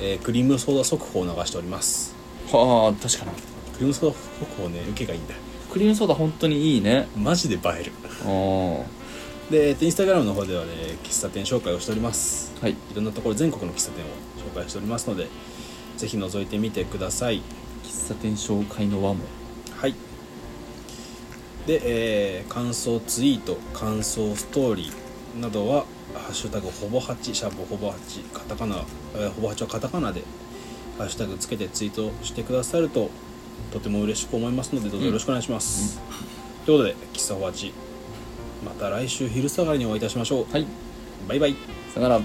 Speaker 1: えークリームソーダ速報を流しております
Speaker 2: はあ確かに
Speaker 1: クリームソーダ速報ね受けがいいんだ
Speaker 2: クリームソーダ本当にいいね
Speaker 1: マジで映える
Speaker 2: ああは
Speaker 1: で、えっとインスタグラムの方ではね喫茶店紹介をしております
Speaker 2: い
Speaker 1: いろんなところ全国の喫茶店を紹介しておりますのでぜひ覗いてみてください
Speaker 2: 喫茶店紹介の輪も
Speaker 1: はいで、えー感想ツイート感想ストーリーなどは「ハッシュタグほぼ8」「シャボほぼ8」カタカナ、えーほぼ8はカタカナでハッシュタグつけてツイートしてくださるととても嬉しく思いますのでどうぞよろしくお願いします、ということで喫茶ほぼ8また来週昼下がりにお会いいたしましょう、
Speaker 2: はい
Speaker 1: バイバイ
Speaker 2: さよなら